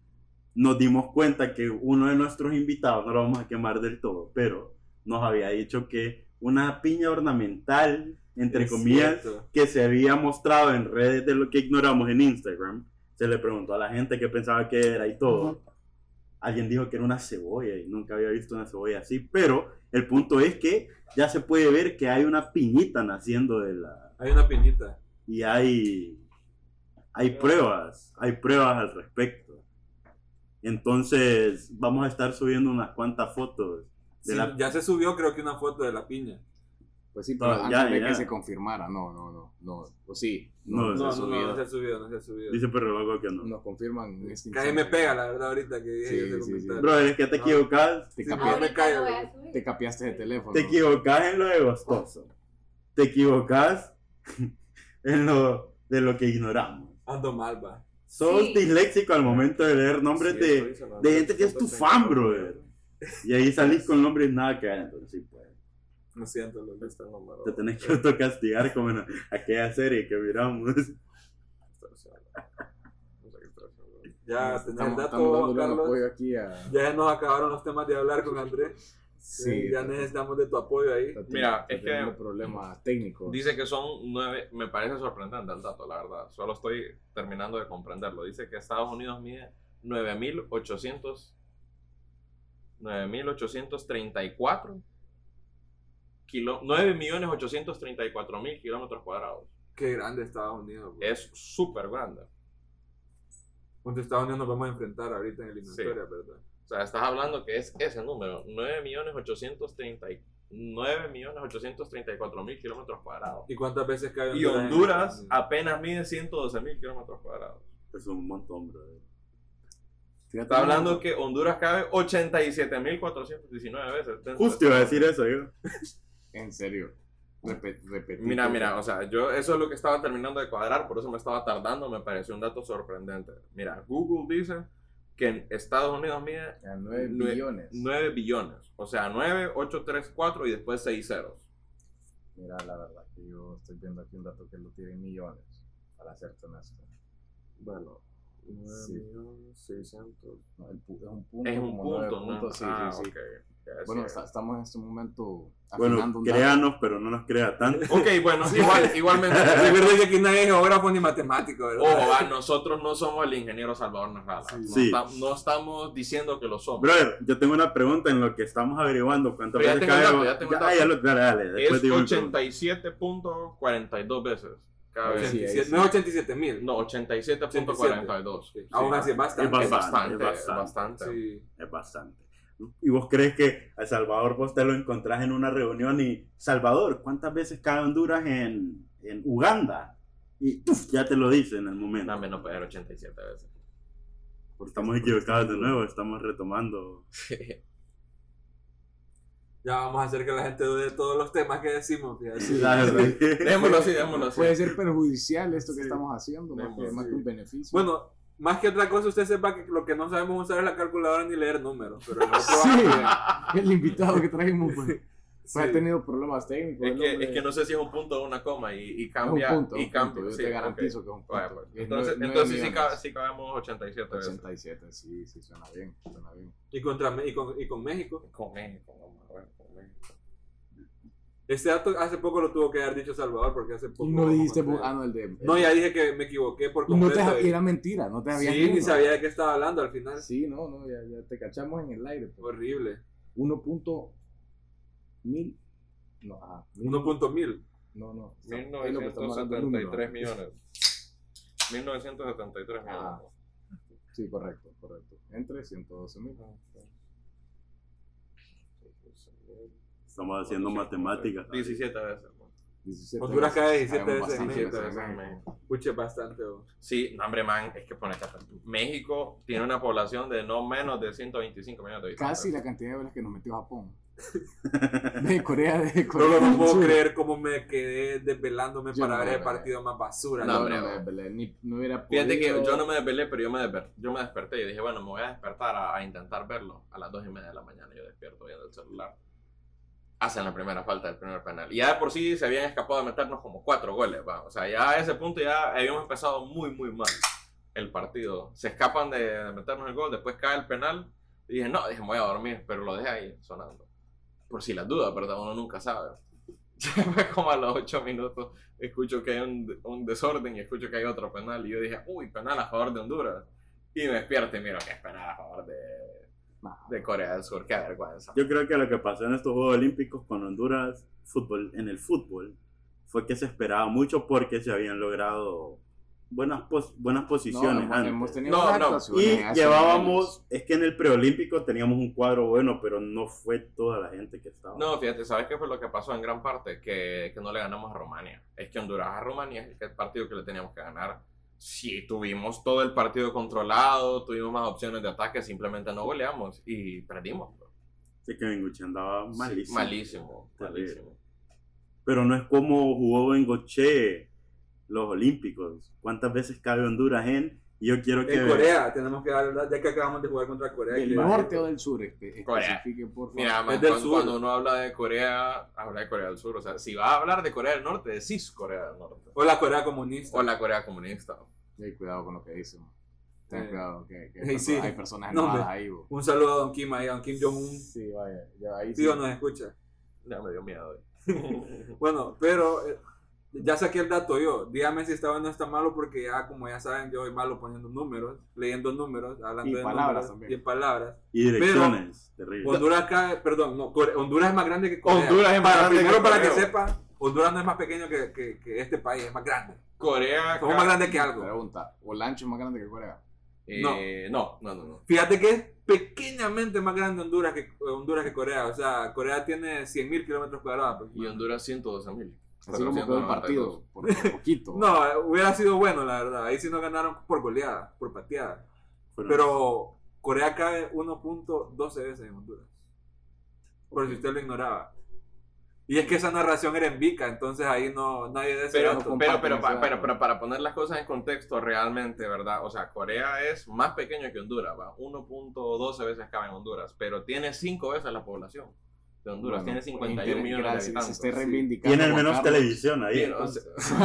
Speaker 1: nos dimos cuenta que uno de nuestros invitados, no lo vamos a quemar del todo, pero nos había dicho que una piña ornamental, entre
Speaker 2: Es
Speaker 1: comillas,
Speaker 2: cierto.
Speaker 1: que se había mostrado en redes de lo que ignoramos en Instagram, se le preguntó a la gente qué pensaba que era y todo. Alguien dijo que era una cebolla y nunca había visto una cebolla así, pero el punto es que ya se puede ver que hay una piñita naciendo de la,
Speaker 2: Hay una pinita.
Speaker 1: y hay, hay pruebas, hay pruebas al respecto. Entonces vamos a estar subiendo unas cuantas fotos. De
Speaker 2: Sí,
Speaker 1: la-
Speaker 2: Ya se subió, creo que una foto de la piña.
Speaker 3: Pues sí, pero
Speaker 1: No,
Speaker 3: antes
Speaker 1: ya,
Speaker 3: de
Speaker 1: ya.
Speaker 3: que se confirmara, no, no, no, no. O sí,
Speaker 1: No,
Speaker 3: no,
Speaker 2: No,
Speaker 3: no,
Speaker 2: no,
Speaker 3: se ha
Speaker 2: no, no,
Speaker 3: subido.
Speaker 2: se ha subido, no se ha subido.
Speaker 1: Dice Perro Loco que no.
Speaker 3: Nos confirman en este
Speaker 2: Que ahí me
Speaker 3: instante.
Speaker 2: pega, la verdad, ahorita que dije
Speaker 3: Sí,
Speaker 2: ese
Speaker 3: sí, sí.
Speaker 2: comentario.
Speaker 1: Bro, es que te
Speaker 2: No.
Speaker 1: equivocas.
Speaker 3: Te,
Speaker 6: Ah,
Speaker 2: Sí,
Speaker 3: capi-
Speaker 2: no, me callo.
Speaker 3: te capiaste de teléfono.
Speaker 1: Te equivocas en lo de gostoso. Te equivocas en lo de lo que ignoramos.
Speaker 2: Ando mal, va.
Speaker 1: Sos
Speaker 6: Sí.
Speaker 1: disléxico al momento de leer nombres
Speaker 2: Sí,
Speaker 1: de,
Speaker 2: estoy cerrado.
Speaker 1: de gente que es tu fan, brother. Y ahí salís con nombres nada que ver. Entonces, sí, pues.
Speaker 2: Lo siento, lo que está
Speaker 1: Te tenés que autocastigar como en aquella serie que miramos.
Speaker 2: Ya tenés Ah, el
Speaker 3: Estamos,
Speaker 2: dato,
Speaker 3: estamos
Speaker 2: Juan
Speaker 3: dándole un
Speaker 2: Carlos.
Speaker 3: apoyo aquí a...
Speaker 2: Ya nos acabaron los temas de hablar con Andrés.
Speaker 3: Sí,
Speaker 2: ya necesitamos de tu apoyo ahí.
Speaker 3: está- está
Speaker 4: Mira, es que-
Speaker 3: teniendo problemas técnicos.
Speaker 4: Dice que son nueve, me parece sorprendente el dato, la verdad. Solo estoy terminando de comprenderlo. Dice que Estados Unidos mide 9.800, 9.834 kilo- 9.834.000 kilómetros cuadrados.
Speaker 2: Qué grande Estados Unidos. bro.
Speaker 4: Es súper grande.
Speaker 2: Contra Estados Unidos nos vamos a enfrentar ahorita en eliminatoria, ¿verdad?
Speaker 4: O sea, estás hablando que es ese número, 9.830 9.834.000 kilómetros cuadrados.
Speaker 2: ¿Y cuántas veces cae
Speaker 4: Y
Speaker 2: en
Speaker 4: Honduras
Speaker 2: Estados Unidos?
Speaker 4: apenas mide 112.000 kilómetros cuadrados.
Speaker 1: Es un montón, brother.
Speaker 3: Fíjate,
Speaker 4: Está hablando que Honduras cabe 87.419 veces. dentro
Speaker 1: Justo
Speaker 4: de-
Speaker 1: iba a decir eso yo.
Speaker 3: En serio. Repe- repetí
Speaker 4: Mira,
Speaker 3: todo.
Speaker 4: mira, o sea, yo eso es lo que estaba terminando de cuadrar, por eso me estaba tardando, me pareció un dato sorprendente. Mira, Google dice que en Estados Unidos mide
Speaker 3: A 9
Speaker 4: Nue-
Speaker 3: millones.
Speaker 4: 9 billones, o sea, 9, 8, 3, 4 y después 6 ceros.
Speaker 3: Mira, la verdad que yo estoy viendo aquí un dato que lo tiene en millones, para serte honesto.
Speaker 4: Bueno,
Speaker 3: Sí. No, el pu- es un punto.
Speaker 4: Es un
Speaker 3: como nueve
Speaker 4: punto, ¿no?
Speaker 3: puntos, sí,
Speaker 4: ah,
Speaker 3: sí, sí.
Speaker 4: ok. Ya, sí.
Speaker 3: Bueno, está- estamos en este momento
Speaker 1: Bueno,
Speaker 3: afinando un dato.
Speaker 1: créanos, pero no nos crea tanto.
Speaker 4: Ok, bueno, igual, igualmente.
Speaker 2: Recuerda que aquí nadie es geógrafo ni matemático, ¿verdad?
Speaker 4: Ojo, va, nosotros no somos el ingeniero Salvador Narrala. No,
Speaker 1: Sí.
Speaker 4: esta- no estamos diciendo que lo somos.
Speaker 1: Brother, yo tengo una pregunta en lo que estamos averiguando cuántas
Speaker 4: Pero ya
Speaker 1: veces
Speaker 4: tengo el
Speaker 1: cae.
Speaker 4: dato, ya tengo el
Speaker 1: ah,
Speaker 4: dato.
Speaker 1: ya lo dale, dale, después
Speaker 4: es
Speaker 1: digo mi pregunta.
Speaker 4: 87.42 veces. Cada vez.
Speaker 3: Sí, ahí
Speaker 2: 87,
Speaker 3: sí.
Speaker 2: no es 87 mil.
Speaker 4: No, 87.42.
Speaker 2: Sí. Aún así es bastante.
Speaker 4: Es
Speaker 1: Es bastante,
Speaker 4: bastante, es
Speaker 1: es
Speaker 4: bastante.
Speaker 2: Sí.
Speaker 1: Es bastante. ¿Y vos crees que a Salvador vos te lo encontrás en una reunión y Salvador, ¿cuántas veces cae Honduras en, en Uganda? Y tuf, ya te lo dice en el momento.
Speaker 4: No, hombre, no puede ser 87 veces.
Speaker 1: Estamos equivocados de nuevo, estamos retomando.
Speaker 2: Ya vamos a hacer que la gente dude de todos los temas que decimos. fíjate.
Speaker 1: La verdad que-
Speaker 4: Démoslo así, démoslo así.
Speaker 3: Puede ser Pues, perjudicial esto que
Speaker 1: Sí.
Speaker 3: estamos haciendo, más que,
Speaker 4: Vemos,
Speaker 3: más
Speaker 4: sí.
Speaker 3: que un beneficio.
Speaker 2: Bueno, más que otra cosa, usted sepa que lo que no sabemos usar es la calculadora ni leer números. Pero no
Speaker 3: sí, el invitado que trajimos pues, pues ha
Speaker 2: Sí.
Speaker 3: tenido problemas técnicos.
Speaker 4: Es
Speaker 3: el
Speaker 4: que,
Speaker 3: hombre.
Speaker 4: es que no sé si es un punto o una coma y, y
Speaker 3: eh. Es un
Speaker 4: cambia.
Speaker 3: punto, es
Speaker 4: y
Speaker 3: un
Speaker 4: cambia.
Speaker 3: punto, yo
Speaker 4: sí,
Speaker 3: te
Speaker 4: ok.
Speaker 3: garantizo que es un punto.
Speaker 4: Vaya, pues.
Speaker 3: Es
Speaker 4: Entonces,
Speaker 3: nueve-
Speaker 4: entonces
Speaker 3: nueve
Speaker 4: sí, cabe-
Speaker 3: millones.
Speaker 4: sí cabemos 87 veces.
Speaker 3: 87, sí, sí, suena bien, suena bien.
Speaker 4: E,
Speaker 2: Y, contra, Me- y, con, y con México.
Speaker 4: Con México, vamos a ver, con México.
Speaker 2: Este dato hace poco lo tuvo que haber dicho Salvador porque hace poco.
Speaker 3: Y no dijiste,
Speaker 2: comenté.
Speaker 3: bu- ah, no, el de.
Speaker 2: No, ya dije que me equivoqué por
Speaker 3: Y no te
Speaker 2: completo.
Speaker 3: ja- y era mentira, no te habías
Speaker 2: sí, ni
Speaker 3: ido.
Speaker 2: sabía de qué estaba hablando al final.
Speaker 3: Sí, no, no, ya, ya te cachamos en el aire. pues.
Speaker 2: Horrible.
Speaker 3: 1.000. No, ah, mil-
Speaker 2: 1.000.
Speaker 3: No, no. está- es lo que estamos hablando, el número.
Speaker 4: 1973 millones. 1973
Speaker 3: Ah.
Speaker 4: millones.
Speaker 3: Sí, correcto, correcto. Entre 112 mil.
Speaker 1: Estamos haciendo matemáticas.
Speaker 4: 17 veces. ¿no?
Speaker 3: 17
Speaker 2: Honduras
Speaker 3: veces.
Speaker 2: cae 17
Speaker 3: Sabemos
Speaker 2: veces en
Speaker 3: bastante,
Speaker 2: México,
Speaker 3: sabemos
Speaker 4: en México.
Speaker 3: bastante.
Speaker 2: Escuche bastante. vos.
Speaker 4: Sí, no, hombre, man, es que pone acá. México tiene una población de no menos de 125 millones de habitantes.
Speaker 3: Casi la cantidad de veces que nos metió Japón. De Corea, de Corea.
Speaker 2: Solo no
Speaker 3: del
Speaker 2: puedo
Speaker 3: Sur.
Speaker 2: creer cómo me quedé desvelándome
Speaker 3: Yo
Speaker 2: para
Speaker 3: no
Speaker 2: ver el
Speaker 3: me-
Speaker 2: partido más basura.
Speaker 3: No,
Speaker 4: No,
Speaker 2: loco.
Speaker 4: hombre,
Speaker 3: no,
Speaker 4: no.
Speaker 3: me- me- ni- no hubiera
Speaker 4: Fíjate que
Speaker 3: podido.
Speaker 4: yo no me desvelé, pero yo me, desver- yo me desperté. Yo dije, bueno, me voy a despertar a, a intentar verlo a las 2 y media de la mañana. Yo despierto viendo el celular. Hacen la primera falta del primer penal. Y ya de por sí se habían escapado de meternos como cuatro goles. va. O sea, ya a ese punto ya habíamos empezado muy, muy mal el partido. Se escapan de, de meternos el gol, después cae el penal. Y dije, no, dije, me voy a dormir, pero lo dejé ahí sonando. Por si las dudas, ¿verdad? Uno nunca sabe. Fue como a los 8 minutos escucho que hay un, un desorden y escucho que hay otro penal. Y yo dije, uy, penal a favor de Honduras. Y me despierto y miro que es penal a favor de,
Speaker 3: Nah.
Speaker 4: de Corea del Sur. Qué vergüenza.
Speaker 1: Yo creo que lo que pasó en estos Juegos Olímpicos con Honduras fútbol, en el fútbol fue que se esperaba mucho porque se habían logrado buenas, pos- buenas
Speaker 3: No,
Speaker 1: posiciones
Speaker 3: hemos,
Speaker 1: antes.
Speaker 3: hemos tenido
Speaker 4: No,
Speaker 3: unas
Speaker 4: no.
Speaker 3: actuaciones
Speaker 1: Y
Speaker 3: hace
Speaker 1: llevábamos, es que en el preolímpico teníamos un cuadro bueno, pero no fue toda la gente que estaba.
Speaker 4: No, fíjate, ¿sabes qué fue lo que pasó en gran parte? Que, que no le ganamos a Rumania. Es que Honduras a Rumania es el partido que le teníamos que ganar. Si tuvimos todo el partido controlado, tuvimos más opciones de ataque, simplemente no goleamos y perdimos. bro.
Speaker 1: Así que Bengoche andaba
Speaker 4: Sí,
Speaker 1: malísimo.
Speaker 4: malísimo,
Speaker 1: Terrible.
Speaker 4: malísimo.
Speaker 1: Pero no es como jugó Bengoche los Olímpicos. ¿Cuántas veces cabe Honduras en? Y yo quiero que...
Speaker 2: En Corea, tenemos que hablar, ya que acabamos de jugar contra Corea.
Speaker 3: Del
Speaker 2: que-
Speaker 3: norte o del sur, espe-
Speaker 4: Corea.
Speaker 3: especifiquen, por favor.
Speaker 4: Mira, man,
Speaker 2: Es del
Speaker 4: cuando,
Speaker 2: sur.
Speaker 4: cuando uno habla de Corea, habla de Corea del Sur. O sea, si vas a hablar de Corea del Norte, decís Corea del Norte.
Speaker 2: O la Corea comunista.
Speaker 4: O la Corea comunista.
Speaker 3: Ten cuidado con lo que dicen. Ten
Speaker 2: Eh,
Speaker 3: cuidado, que, que
Speaker 2: eh, sí.
Speaker 3: hay personas
Speaker 2: No,
Speaker 3: enojadas
Speaker 2: hombre.
Speaker 3: ahí, bo.
Speaker 2: Un saludo a Don Kim ahí, a Don Kim Jong-un.
Speaker 3: Sí, vaya, ya ahí sí.
Speaker 2: Tío, nos escucha.
Speaker 4: Ya me dio miedo. eh.
Speaker 2: Bueno, pero eh, ya saqué el dato yo. Dígame si está bueno o está malo, porque ya, como ya saben, yo soy malo poniendo números, leyendo números, hablando
Speaker 3: Y
Speaker 2: de
Speaker 3: palabras
Speaker 2: números
Speaker 3: también.
Speaker 2: y en palabras.
Speaker 1: Y direcciones. terrible.
Speaker 2: Honduras cae, perdón, no, Core- Honduras es más grande que Corea.
Speaker 4: Honduras es más
Speaker 2: Para-
Speaker 4: grande
Speaker 2: primero,
Speaker 4: que
Speaker 2: para que
Speaker 4: Corea.
Speaker 2: sepa, Honduras no es más pequeño que, que- que este país, es más grande.
Speaker 4: Corea.
Speaker 2: Somos más grandes que algo.
Speaker 3: Pregunta, ¿Olancho es más grande que Corea?
Speaker 4: Eh, no, no, no. no.
Speaker 2: Fíjate que es pequeñamente más grande Honduras que, Honduras que Corea. O sea, Corea tiene 100.000 kilómetros cuadrados. pues.
Speaker 4: Y Honduras 112 mil.
Speaker 3: Así como quedó el partido, por, por poquito.
Speaker 2: No, eh, hubiera sido bueno, la verdad. Ahí sí no ganaron por goleada, por pateada.
Speaker 1: Fueron-
Speaker 2: Pero Corea cae 1.12 veces en Honduras. Por si usted lo ignoraba. Y es que esa narración era en Vica, entonces ahí no nadie de ese
Speaker 4: Pero,
Speaker 2: dato.
Speaker 4: pero,
Speaker 3: comparten
Speaker 4: pero,
Speaker 3: ese
Speaker 4: pa-
Speaker 3: dato.
Speaker 4: pero- pero para poner las cosas en contexto realmente, ¿verdad? O sea, Corea es más pequeño que Honduras, ¿va? 1.12 veces cabe en Honduras, pero tiene 5 veces la población de Honduras,
Speaker 3: Bueno,
Speaker 4: tiene
Speaker 3: pues,
Speaker 4: 51 millones de
Speaker 3: gracias, Se
Speaker 4: habitantes.
Speaker 3: esté
Speaker 4: Sí.
Speaker 3: reivindicando.
Speaker 1: Tienen
Speaker 3: Juan
Speaker 1: menos
Speaker 3: Carlos.
Speaker 1: televisión ahí.
Speaker 4: Tiene-
Speaker 1: entonces.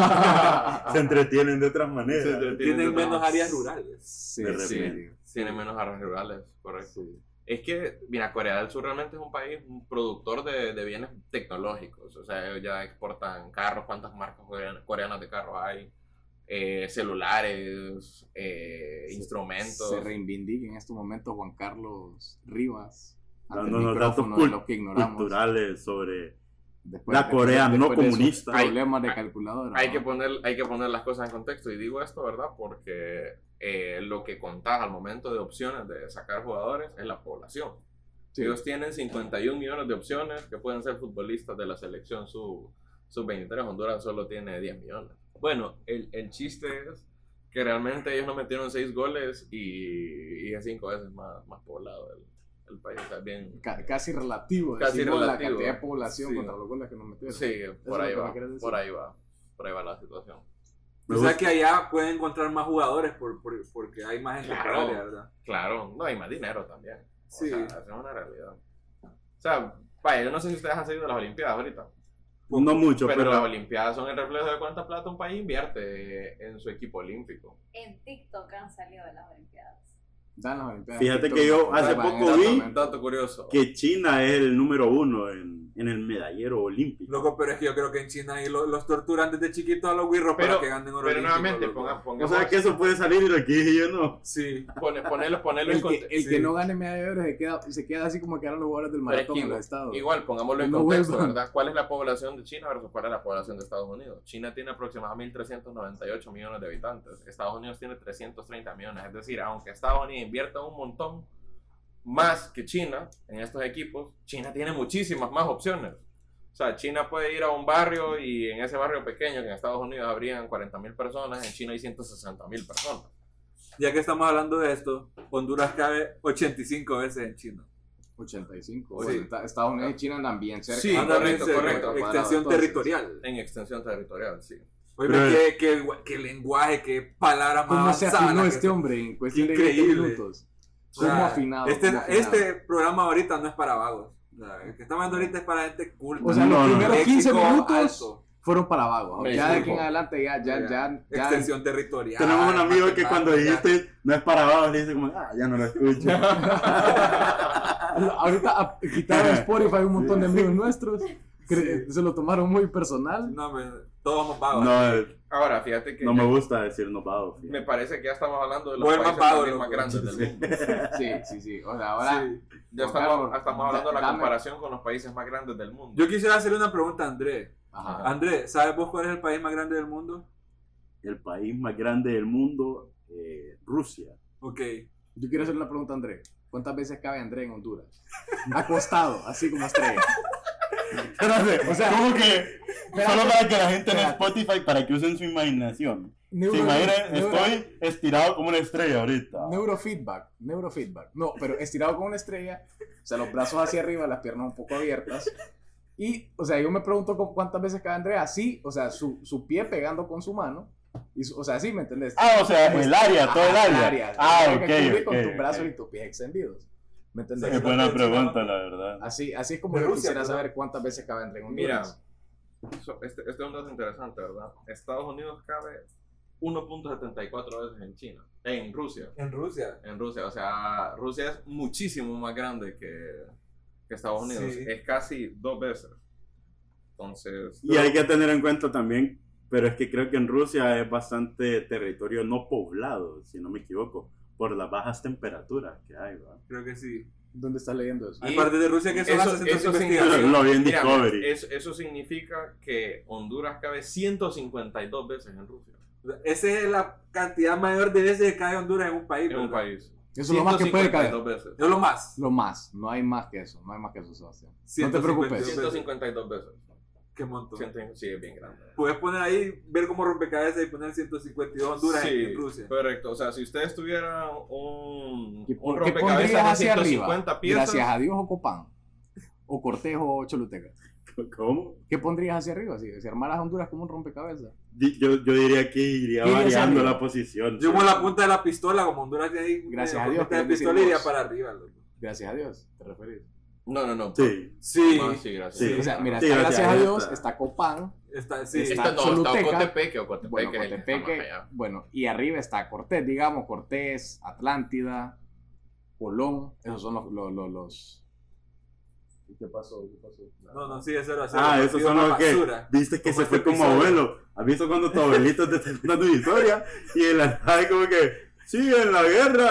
Speaker 1: se entretienen de otras maneras.
Speaker 4: Se entretienen.
Speaker 2: Tienen
Speaker 4: Tienen
Speaker 2: menos
Speaker 4: más-
Speaker 2: áreas rurales.
Speaker 3: Sí,
Speaker 1: De
Speaker 3: sí,
Speaker 1: repente.
Speaker 4: Tiene menos áreas rurales, correcto.
Speaker 3: sí.
Speaker 4: Es que, mira, Corea del Sur realmente es un país un productor de, de bienes tecnológicos. O sea, ellos ya exportan carros, cuántas marcas corean- coreanas de carros hay, Eh, celulares, eh,
Speaker 3: Se-
Speaker 4: instrumentos.
Speaker 3: Se reivindica en estos momentos Juan Carlos Rivas. ante el
Speaker 1: Dándonos datos
Speaker 3: micrófono de
Speaker 1: cul-
Speaker 3: los que ignoramos.
Speaker 1: culturales sobre
Speaker 3: Después-
Speaker 1: la
Speaker 3: después-
Speaker 1: Corea no
Speaker 3: después de esos
Speaker 1: comunista.
Speaker 4: Ay,
Speaker 3: Problemas de
Speaker 4: hay-
Speaker 3: calculadora.
Speaker 4: Hay
Speaker 3: ¿no?
Speaker 4: que, poner, hay que poner las cosas en contexto y digo esto, ¿verdad? Porque eh, lo que contás al momento de opciones de sacar jugadores es la población.
Speaker 3: Sí.
Speaker 4: Ellos tienen 51 millones de opciones que pueden ser futbolistas de la selección sub- sub-23. Honduras solo tiene 10 millones. Bueno, el, el chiste es que realmente ellos nos metieron 6 goles y, y es 5 veces más, más poblado el, el país. Está bien.
Speaker 3: Ca- casi relativo.
Speaker 4: Casi
Speaker 3: decimos, la
Speaker 4: relativo.
Speaker 3: cantidad de población
Speaker 4: Sí.
Speaker 3: contra los goles que nos metieron.
Speaker 4: Sí, por
Speaker 3: es
Speaker 4: ahí
Speaker 3: lo que
Speaker 4: va.
Speaker 3: me querés decir.
Speaker 4: Por ahí va. Por ahí va la situación.
Speaker 1: Me
Speaker 2: o sea
Speaker 1: gusta.
Speaker 2: que allá pueden encontrar más jugadores por, por- porque hay más gente
Speaker 4: Claro.
Speaker 2: por área, ¿verdad?
Speaker 4: Claro, no hay más dinero también. O
Speaker 2: Sí.
Speaker 4: sea, esa es una realidad. O sea, vaya, yo no sé si ustedes han seguido las Olimpiadas ahorita.
Speaker 1: no mucho,
Speaker 4: pero,
Speaker 1: pero,
Speaker 4: las Olimpiadas son el reflejo de cuánta plata un país invierte en su equipo olímpico.
Speaker 6: En TikTok han salido de las Olimpiadas.
Speaker 3: Dan las Olimpiadas.
Speaker 1: Fíjate
Speaker 3: Quito,
Speaker 1: que yo
Speaker 3: Olimpiadas,
Speaker 1: hace
Speaker 3: van en
Speaker 1: poco
Speaker 3: dato,
Speaker 1: vi-
Speaker 3: man.
Speaker 4: Dato curioso.
Speaker 1: Que China es el número uno en, en el medallero olímpico.
Speaker 2: Loco, pero es que yo creo que en China ahí lo- los torturan desde chiquitos a los guirros para
Speaker 6: Pero-
Speaker 2: que ganen oro
Speaker 6: Pero
Speaker 2: olímpico,
Speaker 6: nuevamente,
Speaker 2: loco.
Speaker 6: ponga, ponga
Speaker 1: O sea que eso puede salir de aquí y yo no.
Speaker 2: Sí,
Speaker 4: Pone- ponelo, ponelo en
Speaker 3: El que,
Speaker 4: contexto.
Speaker 3: el que
Speaker 2: sí.
Speaker 3: no gane medalla de oro se queda, se queda así como quedaron los jugadores del
Speaker 4: Pero es
Speaker 3: maratón
Speaker 4: que
Speaker 3: en los estados.
Speaker 4: Igual, pongámoslo en
Speaker 3: No
Speaker 4: contexto,
Speaker 3: vuelvan.
Speaker 4: ¿verdad? ¿Cuál es la población de China versus cuál es la población de Estados Unidos? China tiene aproximadamente 1.398 millones de habitantes. Estados Unidos tiene 330 millones. Es decir, aunque Estados Unidos invierta un montón más que China en estos equipos, China tiene muchísimas más opciones. O sea, China puede ir a un barrio y en ese barrio pequeño que en Estados Unidos habrían 40.000 personas, en China hay 160.000 personas.
Speaker 2: ya que estamos hablando de esto, Honduras cabe 85 veces en China.
Speaker 3: 85.
Speaker 4: Sí.
Speaker 3: Bueno, está- Estados Unidos y China andan bien cerca.
Speaker 4: Sí,
Speaker 2: Andan
Speaker 4: correcto,
Speaker 2: en
Speaker 4: correcto,
Speaker 2: Extensión
Speaker 4: cuadrado,
Speaker 3: entonces.
Speaker 2: territorial.
Speaker 4: En extensión territorial, sí.
Speaker 2: Oye,
Speaker 1: Pero-
Speaker 2: qué, qué, qué lenguaje, qué palabra
Speaker 3: ¿Cómo
Speaker 2: más
Speaker 3: se
Speaker 2: avanzada
Speaker 3: afinó
Speaker 2: que
Speaker 3: este
Speaker 2: se-
Speaker 3: hombre en cuestión de
Speaker 2: Increíble.
Speaker 3: 20 minutos?
Speaker 2: O sea,
Speaker 3: ¿Cómo afinado?
Speaker 2: Este,
Speaker 3: cómo afinado?
Speaker 2: este programa ahorita no es para vagos. O sea, el que estamos viendo ahorita es para gente culta.
Speaker 3: O sea,
Speaker 1: No,
Speaker 3: los
Speaker 1: no, no.
Speaker 3: primeros 15
Speaker 2: Léxico
Speaker 3: minutos
Speaker 2: alto.
Speaker 3: fueron para vagos.
Speaker 4: Me
Speaker 3: Ya de aquí en
Speaker 4: disculpo.
Speaker 3: adelante ya, ya, ya, ya.
Speaker 2: Extensión territorial.
Speaker 1: Tenemos un amigo que
Speaker 2: matemáticas.
Speaker 1: cuando dijiste no es para abajo, le dice como, ah, ya no lo escucho.
Speaker 3: Ahorita a- quitaron Spotify un montón de amigos nuestros. cre- Se lo tomaron muy personal.
Speaker 2: No, hombre, todos somos vagos.
Speaker 1: No, eh,
Speaker 4: Ahora, fíjate que
Speaker 1: no me gusta decir no pago.
Speaker 4: Me parece que ya estamos hablando de los
Speaker 2: O el
Speaker 4: países
Speaker 2: más vago,
Speaker 4: también más
Speaker 2: loco.
Speaker 4: grandes del mundo.
Speaker 3: Sí, sí, sí. O sea, ahora.
Speaker 2: Sí.
Speaker 4: Ya
Speaker 3: Juan
Speaker 4: estamos,
Speaker 3: Carlos,
Speaker 4: estamos hablando de la
Speaker 3: dame.
Speaker 4: comparación con los países más grandes del mundo.
Speaker 2: Yo quisiera hacerle una pregunta a André.
Speaker 3: Ajá.
Speaker 2: André, ¿sabes vos cuál es el país más grande del mundo?
Speaker 1: El país más grande del mundo, eh, Rusia.
Speaker 2: Ok.
Speaker 3: Yo quiero hacer una pregunta a André. ¿Cuántas veces cabe André en Honduras? Acostado, así como estrella.
Speaker 1: Espérate,
Speaker 3: O sea,
Speaker 1: como que
Speaker 3: espérate,
Speaker 1: solo para que la gente en
Speaker 3: espérate.
Speaker 1: Spotify, para que usen su imaginación.
Speaker 3: Neuro-
Speaker 1: Se imaginan,
Speaker 3: neuro-
Speaker 1: estoy estirado como una estrella ahorita.
Speaker 3: Neurofeedback, neurofeedback. No, pero estirado como una estrella, o sea, los brazos hacia arriba, las piernas un poco abiertas. Y, o sea, yo me pregunto con cuántas veces cae André así, o sea, su, su pie pegando con su mano. Y su- o sea, así, ¿me entendés?
Speaker 1: Ah, o sea, el área, todo el
Speaker 3: Pues, Ajá,
Speaker 1: área. Ah,
Speaker 3: Lo
Speaker 1: ok,
Speaker 3: que cubre Con
Speaker 1: ok, pues.
Speaker 3: tus brazos
Speaker 1: ok.
Speaker 3: y tus pies extendidos. ¿Me entendés?
Speaker 1: Es buena pregunta, la verdad.
Speaker 3: Así, así es como
Speaker 2: De
Speaker 3: yo
Speaker 2: Rusia,
Speaker 3: quisiera
Speaker 2: ¿verdad?
Speaker 3: saber cuántas veces cabe André en
Speaker 4: pues. Mira,
Speaker 3: Honduras.
Speaker 4: so- este, este es un dato interesante, ¿verdad? Estados Unidos cabe 1.74 veces en China, en Rusia.
Speaker 2: En Rusia.
Speaker 4: En Rusia, o sea, Rusia es muchísimo más grande que, que Estados Unidos.
Speaker 2: Sí.
Speaker 4: Es casi dos veces. Entonces,
Speaker 1: Y hay que tener en cuenta también, pero es que creo que en Rusia es bastante territorio no poblado, si no me equivoco, por las bajas temperaturas que hay. ¿va?
Speaker 2: Creo que sí.
Speaker 3: ¿Dónde estás leyendo eso?
Speaker 2: Hay
Speaker 4: Y
Speaker 2: partes de Rusia que son
Speaker 4: eso-
Speaker 2: hasta centros
Speaker 4: eso
Speaker 2: de
Speaker 4: significa-
Speaker 2: investigación.
Speaker 1: Lo vi en
Speaker 4: Mira,
Speaker 1: Discovery.
Speaker 4: es- eso significa que Honduras cabe 152 veces en Rusia.
Speaker 2: O sea, Esa es la cantidad mayor de veces que cae Honduras en un país.
Speaker 4: en un
Speaker 2: ¿verdad?
Speaker 4: país.
Speaker 3: Eso es lo más que puede caer.
Speaker 4: 152 veces.
Speaker 2: No lo más.
Speaker 3: Lo más, no hay más que eso, no hay más que eso, Sebastián. No te
Speaker 2: 152
Speaker 3: preocupes.
Speaker 4: 152 veces.
Speaker 2: Qué montón.
Speaker 4: Siento- Sí, es bien grande.
Speaker 2: Puedes poner ahí, ver como rompecabezas y poner 152 Honduras
Speaker 4: Sí,
Speaker 2: en Rusia.
Speaker 4: Correcto. O sea, si ustedes tuvieran
Speaker 3: ¿Qué,
Speaker 4: un, un
Speaker 3: qué pondrías
Speaker 4: rompecabezas de
Speaker 3: hacia
Speaker 4: 150
Speaker 3: arriba?
Speaker 4: piezas,
Speaker 3: Gracias a Dios o Copán. O Cortejo o Choluteca.
Speaker 1: ¿Cómo?
Speaker 3: ¿Qué pondrías hacia arriba? Si, si armaras Honduras como un rompecabezas.
Speaker 1: Di- Yo, yo diría que iría
Speaker 3: ¿Qué irías
Speaker 1: variando
Speaker 3: arriba?
Speaker 1: la posición.
Speaker 2: Yo con la punta de la pistola, como Honduras tiene ahí.
Speaker 3: Gracias
Speaker 2: una
Speaker 3: a Dios
Speaker 2: punta
Speaker 3: que
Speaker 2: de
Speaker 3: no
Speaker 2: pistola
Speaker 3: decimos.
Speaker 2: iría para arriba. loco.
Speaker 3: Gracias a Dios, te referís.
Speaker 4: No, no, no.
Speaker 1: Sí.
Speaker 2: Sí.
Speaker 4: Ah, sí, gracias.
Speaker 1: Sí.
Speaker 3: O sea, mira,
Speaker 1: Sí,
Speaker 3: está
Speaker 1: gracias
Speaker 3: gracias,
Speaker 1: a
Speaker 3: a
Speaker 1: Dios,
Speaker 3: Dios,
Speaker 1: está.
Speaker 3: está Copán,
Speaker 2: Está, sí.
Speaker 3: Está-
Speaker 4: Está, no, está
Speaker 3: Choluteca.
Speaker 4: Cotepeque o Cotepeque.
Speaker 3: bueno,
Speaker 4: es el que está más
Speaker 3: Cotepeque,
Speaker 4: allá.
Speaker 3: bueno, y arriba está Cortés, digamos, Cortés, Atlántida, Colón, esos son los... los, los, los- ¿Qué pasó? ¿Qué pasó?
Speaker 2: No, no, sí, eso era
Speaker 1: Ah, esos son los que viste que
Speaker 2: Como
Speaker 1: se fue
Speaker 2: este
Speaker 1: como
Speaker 2: episodio.
Speaker 1: abuelo. ¿Has visto cuando tu abuelito te está contando una historia? Y en la nada como que, sí, en la guerra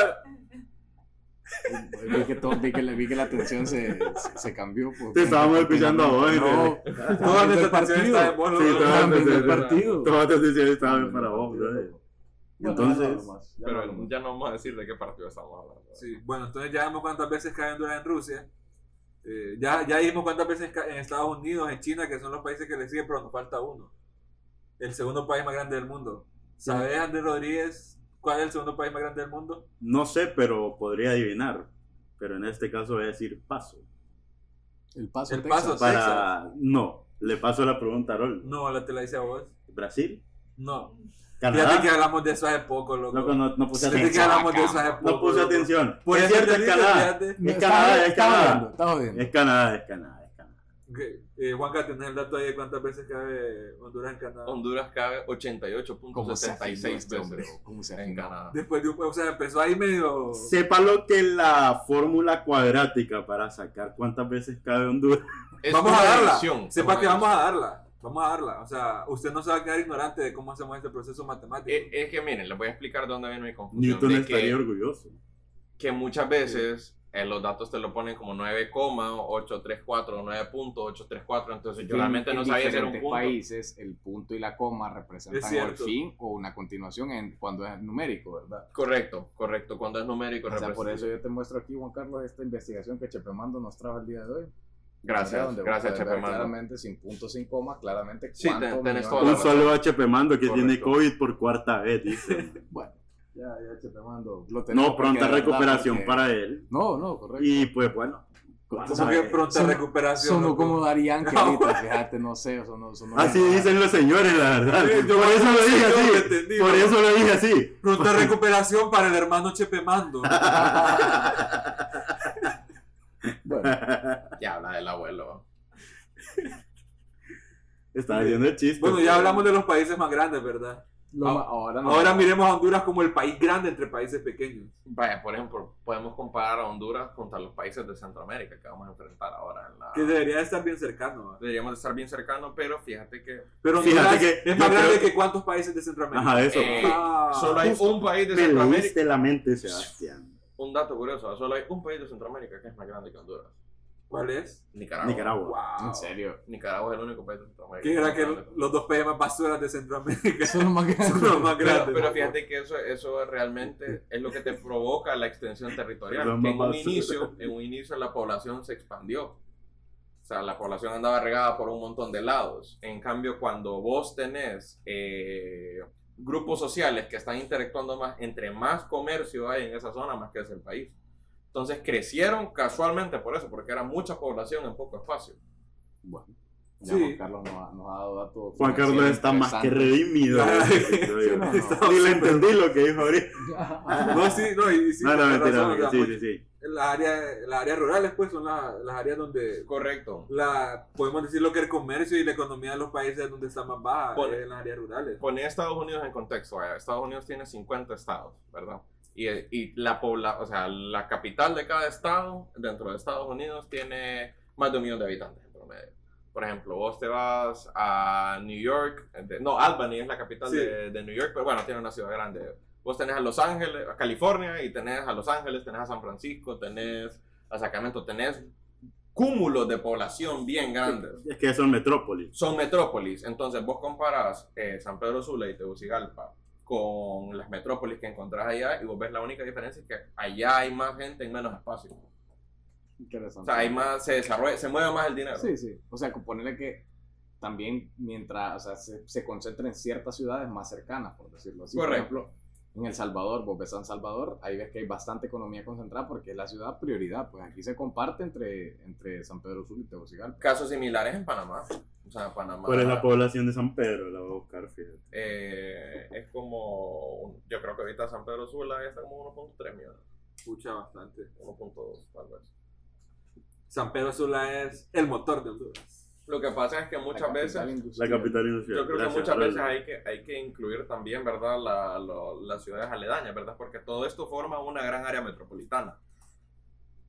Speaker 3: Vi que, todo- vi que, la- vi que la tensión se, se, se cambió. pues,
Speaker 1: te estábamos
Speaker 3: porque-
Speaker 1: escuchando a vos.
Speaker 3: No,
Speaker 2: Toda
Speaker 3: viendo el
Speaker 2: nuestra atención
Speaker 3: partido.
Speaker 2: está en vos,
Speaker 1: Sí,
Speaker 2: loco.
Speaker 1: toda-
Speaker 3: Estaban viendo el
Speaker 1: Entonces,
Speaker 3: partido.
Speaker 1: Todas las decisiones estaban para vos, brother. Entonces,
Speaker 4: Pero ya no vamos a decir de qué partido estamos hablando.
Speaker 2: Sí, bueno, entonces ya vemos cuántas veces cae Honduras en Rusia. Eh, ya, ya vimos cuántas veces cae en Estados Unidos, en China, que son los países que le siguen, pero nos falta uno. El segundo país más grande del mundo. ¿Sabes, Andrés Rodríguez, cuál es el segundo país más grande del mundo?
Speaker 1: no sé, pero podría adivinar. Pero en este caso voy a decir paso.
Speaker 3: El paso,
Speaker 2: El
Speaker 3: Texas.
Speaker 2: Paso,
Speaker 1: Para. No, le paso la pregunta a Rol.
Speaker 2: No, la te la dice a vos.
Speaker 1: ¿Brasil?
Speaker 2: No. Fíjate que
Speaker 1: ¿Canadá?
Speaker 2: hablamos de eso hace poco, loco.
Speaker 1: Loco, no, no puse
Speaker 2: Fíjate que
Speaker 1: atención.
Speaker 2: hablamos de eso hace poco.
Speaker 1: No puse
Speaker 2: loco.
Speaker 1: atención.
Speaker 2: Por
Speaker 1: es
Speaker 2: eso
Speaker 1: cierto,
Speaker 2: te
Speaker 1: es
Speaker 2: digo,
Speaker 1: Canadá.
Speaker 2: fíjate.
Speaker 1: Es
Speaker 3: Está-
Speaker 1: Canadá, es
Speaker 3: está
Speaker 1: Canadá.
Speaker 3: jodiendo, está jodiendo.
Speaker 1: Es Canadá, es Canadá, es Canadá.
Speaker 2: que- eh, Juanca, ¿tenés el dato ahí de cuántas veces cabe Honduras en Canadá?
Speaker 4: Honduras cabe
Speaker 3: ¿Cómo se afinó
Speaker 4: 88.76
Speaker 3: este hombre?
Speaker 4: veces
Speaker 3: ¿Cómo se
Speaker 4: en
Speaker 3: afinó?
Speaker 4: Canadá.
Speaker 2: Después de un, o sea, empezó ahí medio.
Speaker 1: Sépalo que la fórmula cuadrática para sacar cuántas veces cabe Honduras.
Speaker 4: Es
Speaker 2: vamos
Speaker 4: una
Speaker 2: a darla.
Speaker 4: división,
Speaker 2: Sepa
Speaker 4: una
Speaker 2: que vamos
Speaker 4: división.
Speaker 2: a darla. Vamos a darla. O sea, usted no se va a quedar ignorante de cómo hacemos este proceso matemático.
Speaker 4: Eh, Es que miren, les voy a explicar dónde viene mi confusión.
Speaker 1: Newton
Speaker 4: de
Speaker 1: estaría
Speaker 4: que,
Speaker 1: orgulloso.
Speaker 4: que muchas veces eh, los datos te lo ponen como 9,834 o 9.834, entonces yo
Speaker 3: En-
Speaker 4: realmente
Speaker 3: en
Speaker 4: no sabía si era un
Speaker 3: diferentes
Speaker 4: punto.
Speaker 3: países el punto y la coma
Speaker 2: Es
Speaker 3: representan o el
Speaker 2: cierto.
Speaker 3: fin o una continuación en, cuando es numérico, ¿verdad?
Speaker 4: Correcto, correcto, cuando es numérico.
Speaker 3: O sea, por
Speaker 4: representa-
Speaker 3: eso yo te muestro aquí, Juan Carlos, esta investigación que Chepemando nos trajo el día de hoy. Mira,
Speaker 4: Gracias,
Speaker 3: donde vos
Speaker 4: gracias,
Speaker 3: podés ver
Speaker 4: Chepemando.
Speaker 3: Claramente, sin puntos, sin comas, claramente.
Speaker 4: Sí,
Speaker 3: cuánto
Speaker 4: ten- tenés
Speaker 3: millones-
Speaker 4: toda la
Speaker 1: Un
Speaker 4: razón.
Speaker 1: solo HP Mando que tiene
Speaker 4: Correcto.
Speaker 1: COVID por cuarta vez, dice.
Speaker 3: Bueno, ya, ya Chepemando. Lo tenemos
Speaker 1: No, pronta
Speaker 3: porque de verdad,
Speaker 1: recuperación
Speaker 3: porque-
Speaker 1: para él.
Speaker 3: No, no, correcto.
Speaker 1: Y pues bueno,
Speaker 3: Correcto.
Speaker 2: Como que pronta
Speaker 3: Son-
Speaker 2: recuperación.
Speaker 3: Sonó
Speaker 2: loco.
Speaker 3: como Darían que ahorita, fíjate, no sé, sonó, sonó
Speaker 4: Ah,
Speaker 1: así
Speaker 3: bien.
Speaker 1: dicen los señores, la verdad.
Speaker 2: Sí, yo-
Speaker 1: Por eso lo dije
Speaker 2: yo lo
Speaker 1: así.
Speaker 2: entendí,
Speaker 1: Por
Speaker 2: ¿no?
Speaker 1: eso lo dije así.
Speaker 2: Pronta recuperación para el hermano Chepe Mando.
Speaker 3: Bueno,
Speaker 4: Ya habla del abuelo.
Speaker 1: Estaba haciendo el chiste.
Speaker 2: Bueno, ya hablamos de los países más grandes, ¿verdad?
Speaker 3: lo
Speaker 2: Ah,
Speaker 3: ma- ahora no.
Speaker 2: Ahora miremos a Honduras como el país grande entre países pequeños.
Speaker 4: Vaya, por ejemplo, podemos comparar a Honduras contra los países de Centroamérica que vamos a enfrentar ahora en la...
Speaker 2: Que debería estar bien cercano. ¿va?
Speaker 4: Deberíamos de estar bien cercanos, pero fíjate que
Speaker 2: Pero
Speaker 1: Fíjate
Speaker 2: Honduras
Speaker 1: que
Speaker 2: es más
Speaker 1: yo creo-
Speaker 2: grande que cuántos países de Centroamérica.
Speaker 1: Ajá, eso.
Speaker 4: Eh,
Speaker 2: Ah,
Speaker 4: solo hay un país de
Speaker 1: Me
Speaker 4: Centroamérica.
Speaker 1: leíste la mente, Sebastián.
Speaker 4: Un dato curioso, solo hay un país de Centroamérica que es más grande que Honduras.
Speaker 2: ¿Cuál es?
Speaker 4: Nicaragua.
Speaker 1: Nicaragua.
Speaker 2: Wow.
Speaker 3: En serio.
Speaker 4: Nicaragua es el único país de Centroamérica.
Speaker 2: ¿Qué era que
Speaker 4: Pero-
Speaker 2: los dos países más basuras de Centroamérica
Speaker 3: Eso es lo más grande.
Speaker 2: son los más
Speaker 4: Pero,
Speaker 2: grandes?
Speaker 4: fíjate que eso, eso realmente es lo que te provoca la extensión territorial.
Speaker 1: Perdón,
Speaker 4: que en un,
Speaker 1: mamá.
Speaker 4: inicio, en un inicio la población se expandió. O sea, la población andaba regada por un montón de lados. En cambio, cuando vos tenés eh, grupos sociales que están interactuando más, entre más comercio hay en esa zona, más crece el país. Entonces crecieron casualmente por eso, porque era mucha población en poco espacio.
Speaker 3: Bueno, ya
Speaker 2: Sí.
Speaker 3: Juan Carlos nos ha, nos ha dado datos.
Speaker 1: Juan Carlos está más que
Speaker 3: interesantes.
Speaker 1: redimido.
Speaker 2: Ah,
Speaker 1: eh,
Speaker 2: sí,
Speaker 1: yo digo.
Speaker 3: no, no.
Speaker 1: Ni le entendí lo que dijo ahorita.
Speaker 2: No, sí, no, y, y sí,
Speaker 1: No, no,
Speaker 2: tenés
Speaker 1: mentira,
Speaker 2: razón, o
Speaker 1: mentira,
Speaker 2: sea,
Speaker 1: sí,
Speaker 2: pues,
Speaker 1: sí, sí.
Speaker 2: las áreas las áreas rurales pues son la- las áreas donde
Speaker 4: Correcto.
Speaker 2: la podemos decir lo que el comercio y la economía de los países donde está más baja
Speaker 4: Por-
Speaker 2: es en las áreas rurales
Speaker 4: eh, Poné a Estados Unidos en contexto. vaya. Estados Unidos tiene 50 estados, ¿verdad? Y, y la pobla, o sea, la capital de cada estado dentro de Estados Unidos tiene más de un millón de habitantes en promedio. Por ejemplo, vos te vas a New York, de- no, Albany es la capital
Speaker 2: Sí.
Speaker 4: de, de New York, pero bueno, tiene una ciudad grande. Vos tenés a Los Ángeles, a California, y tenés a Los Ángeles, tenés a San Francisco, tenés a Sacramento, tenés cúmulos de población bien grandes
Speaker 1: Es que son metrópolis.
Speaker 4: son metrópolis. Entonces vos comparas eh, San Pedro Sula y Tegucigalpa con las metrópolis que encontrás allá y vos ves la única diferencia es que allá hay más gente en menos espacio. O
Speaker 3: Interesante.
Speaker 4: sea, hay más, se desarrolla, se mueve más el dinero.
Speaker 3: Sí, sí. O sea, con ponerle que también mientras, o sea, se, se concentra en ciertas ciudades más cercanas, por decirlo así.
Speaker 4: Correcto.
Speaker 3: Por ejemplo, en El Salvador, vos ves San Salvador, ahí ves que hay bastante economía concentrada porque es la ciudad prioridad. Pues aquí se comparte entre, entre San Pedro Sula y Tegucigalpa.
Speaker 4: Casos similares en Panamá. O sea, Panamá
Speaker 1: ¿Cuál es la población de San Pedro? La voy a buscar, fíjate.
Speaker 4: eh, es como, un- yo creo que ahorita San Pedro Sula ya está como 1.3 millones,
Speaker 2: escucha bastante
Speaker 4: 1.2 tal vez.
Speaker 2: San Pedro Sula es el motor de Honduras
Speaker 4: Lo que pasa es que
Speaker 3: La
Speaker 4: muchas
Speaker 3: capital
Speaker 4: veces
Speaker 1: La
Speaker 3: industrial.
Speaker 1: capital industrial.
Speaker 4: Yo creo que
Speaker 1: Gracias,
Speaker 4: muchas
Speaker 1: Raúl.
Speaker 4: veces hay que, hay que incluir también, ¿verdad?, la- lo- las ciudades aledañas, ¿verdad? Porque todo esto forma una gran área metropolitana.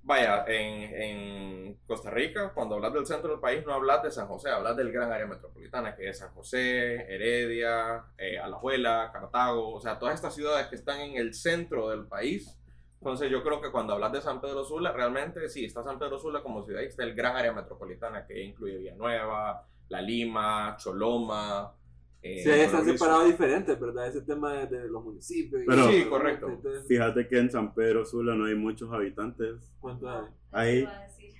Speaker 4: Vaya, en, en Costa Rica, cuando hablas del centro del país, no hablas de San José, hablas del gran área metropolitana, que es San José, Heredia, eh, Alajuela, Cartago, o sea, todas estas ciudades que están en el centro del país. Entonces yo creo que cuando hablas de San Pedro Sula, realmente sí, está San Pedro Sula como ciudad y está el gran área metropolitana que incluye Villanueva, La Lima, Choloma. eh,
Speaker 2: sí ahí están
Speaker 4: Progreso.
Speaker 2: separados diferentes verdad ese tema de, de los municipios y-
Speaker 1: Pero-
Speaker 4: Sí, correcto.
Speaker 2: Entonces,
Speaker 1: Fíjate que en San Pedro Sula no hay muchos habitantes.
Speaker 2: ¿cuánto hay?
Speaker 1: Ahí.
Speaker 6: Iba a decir.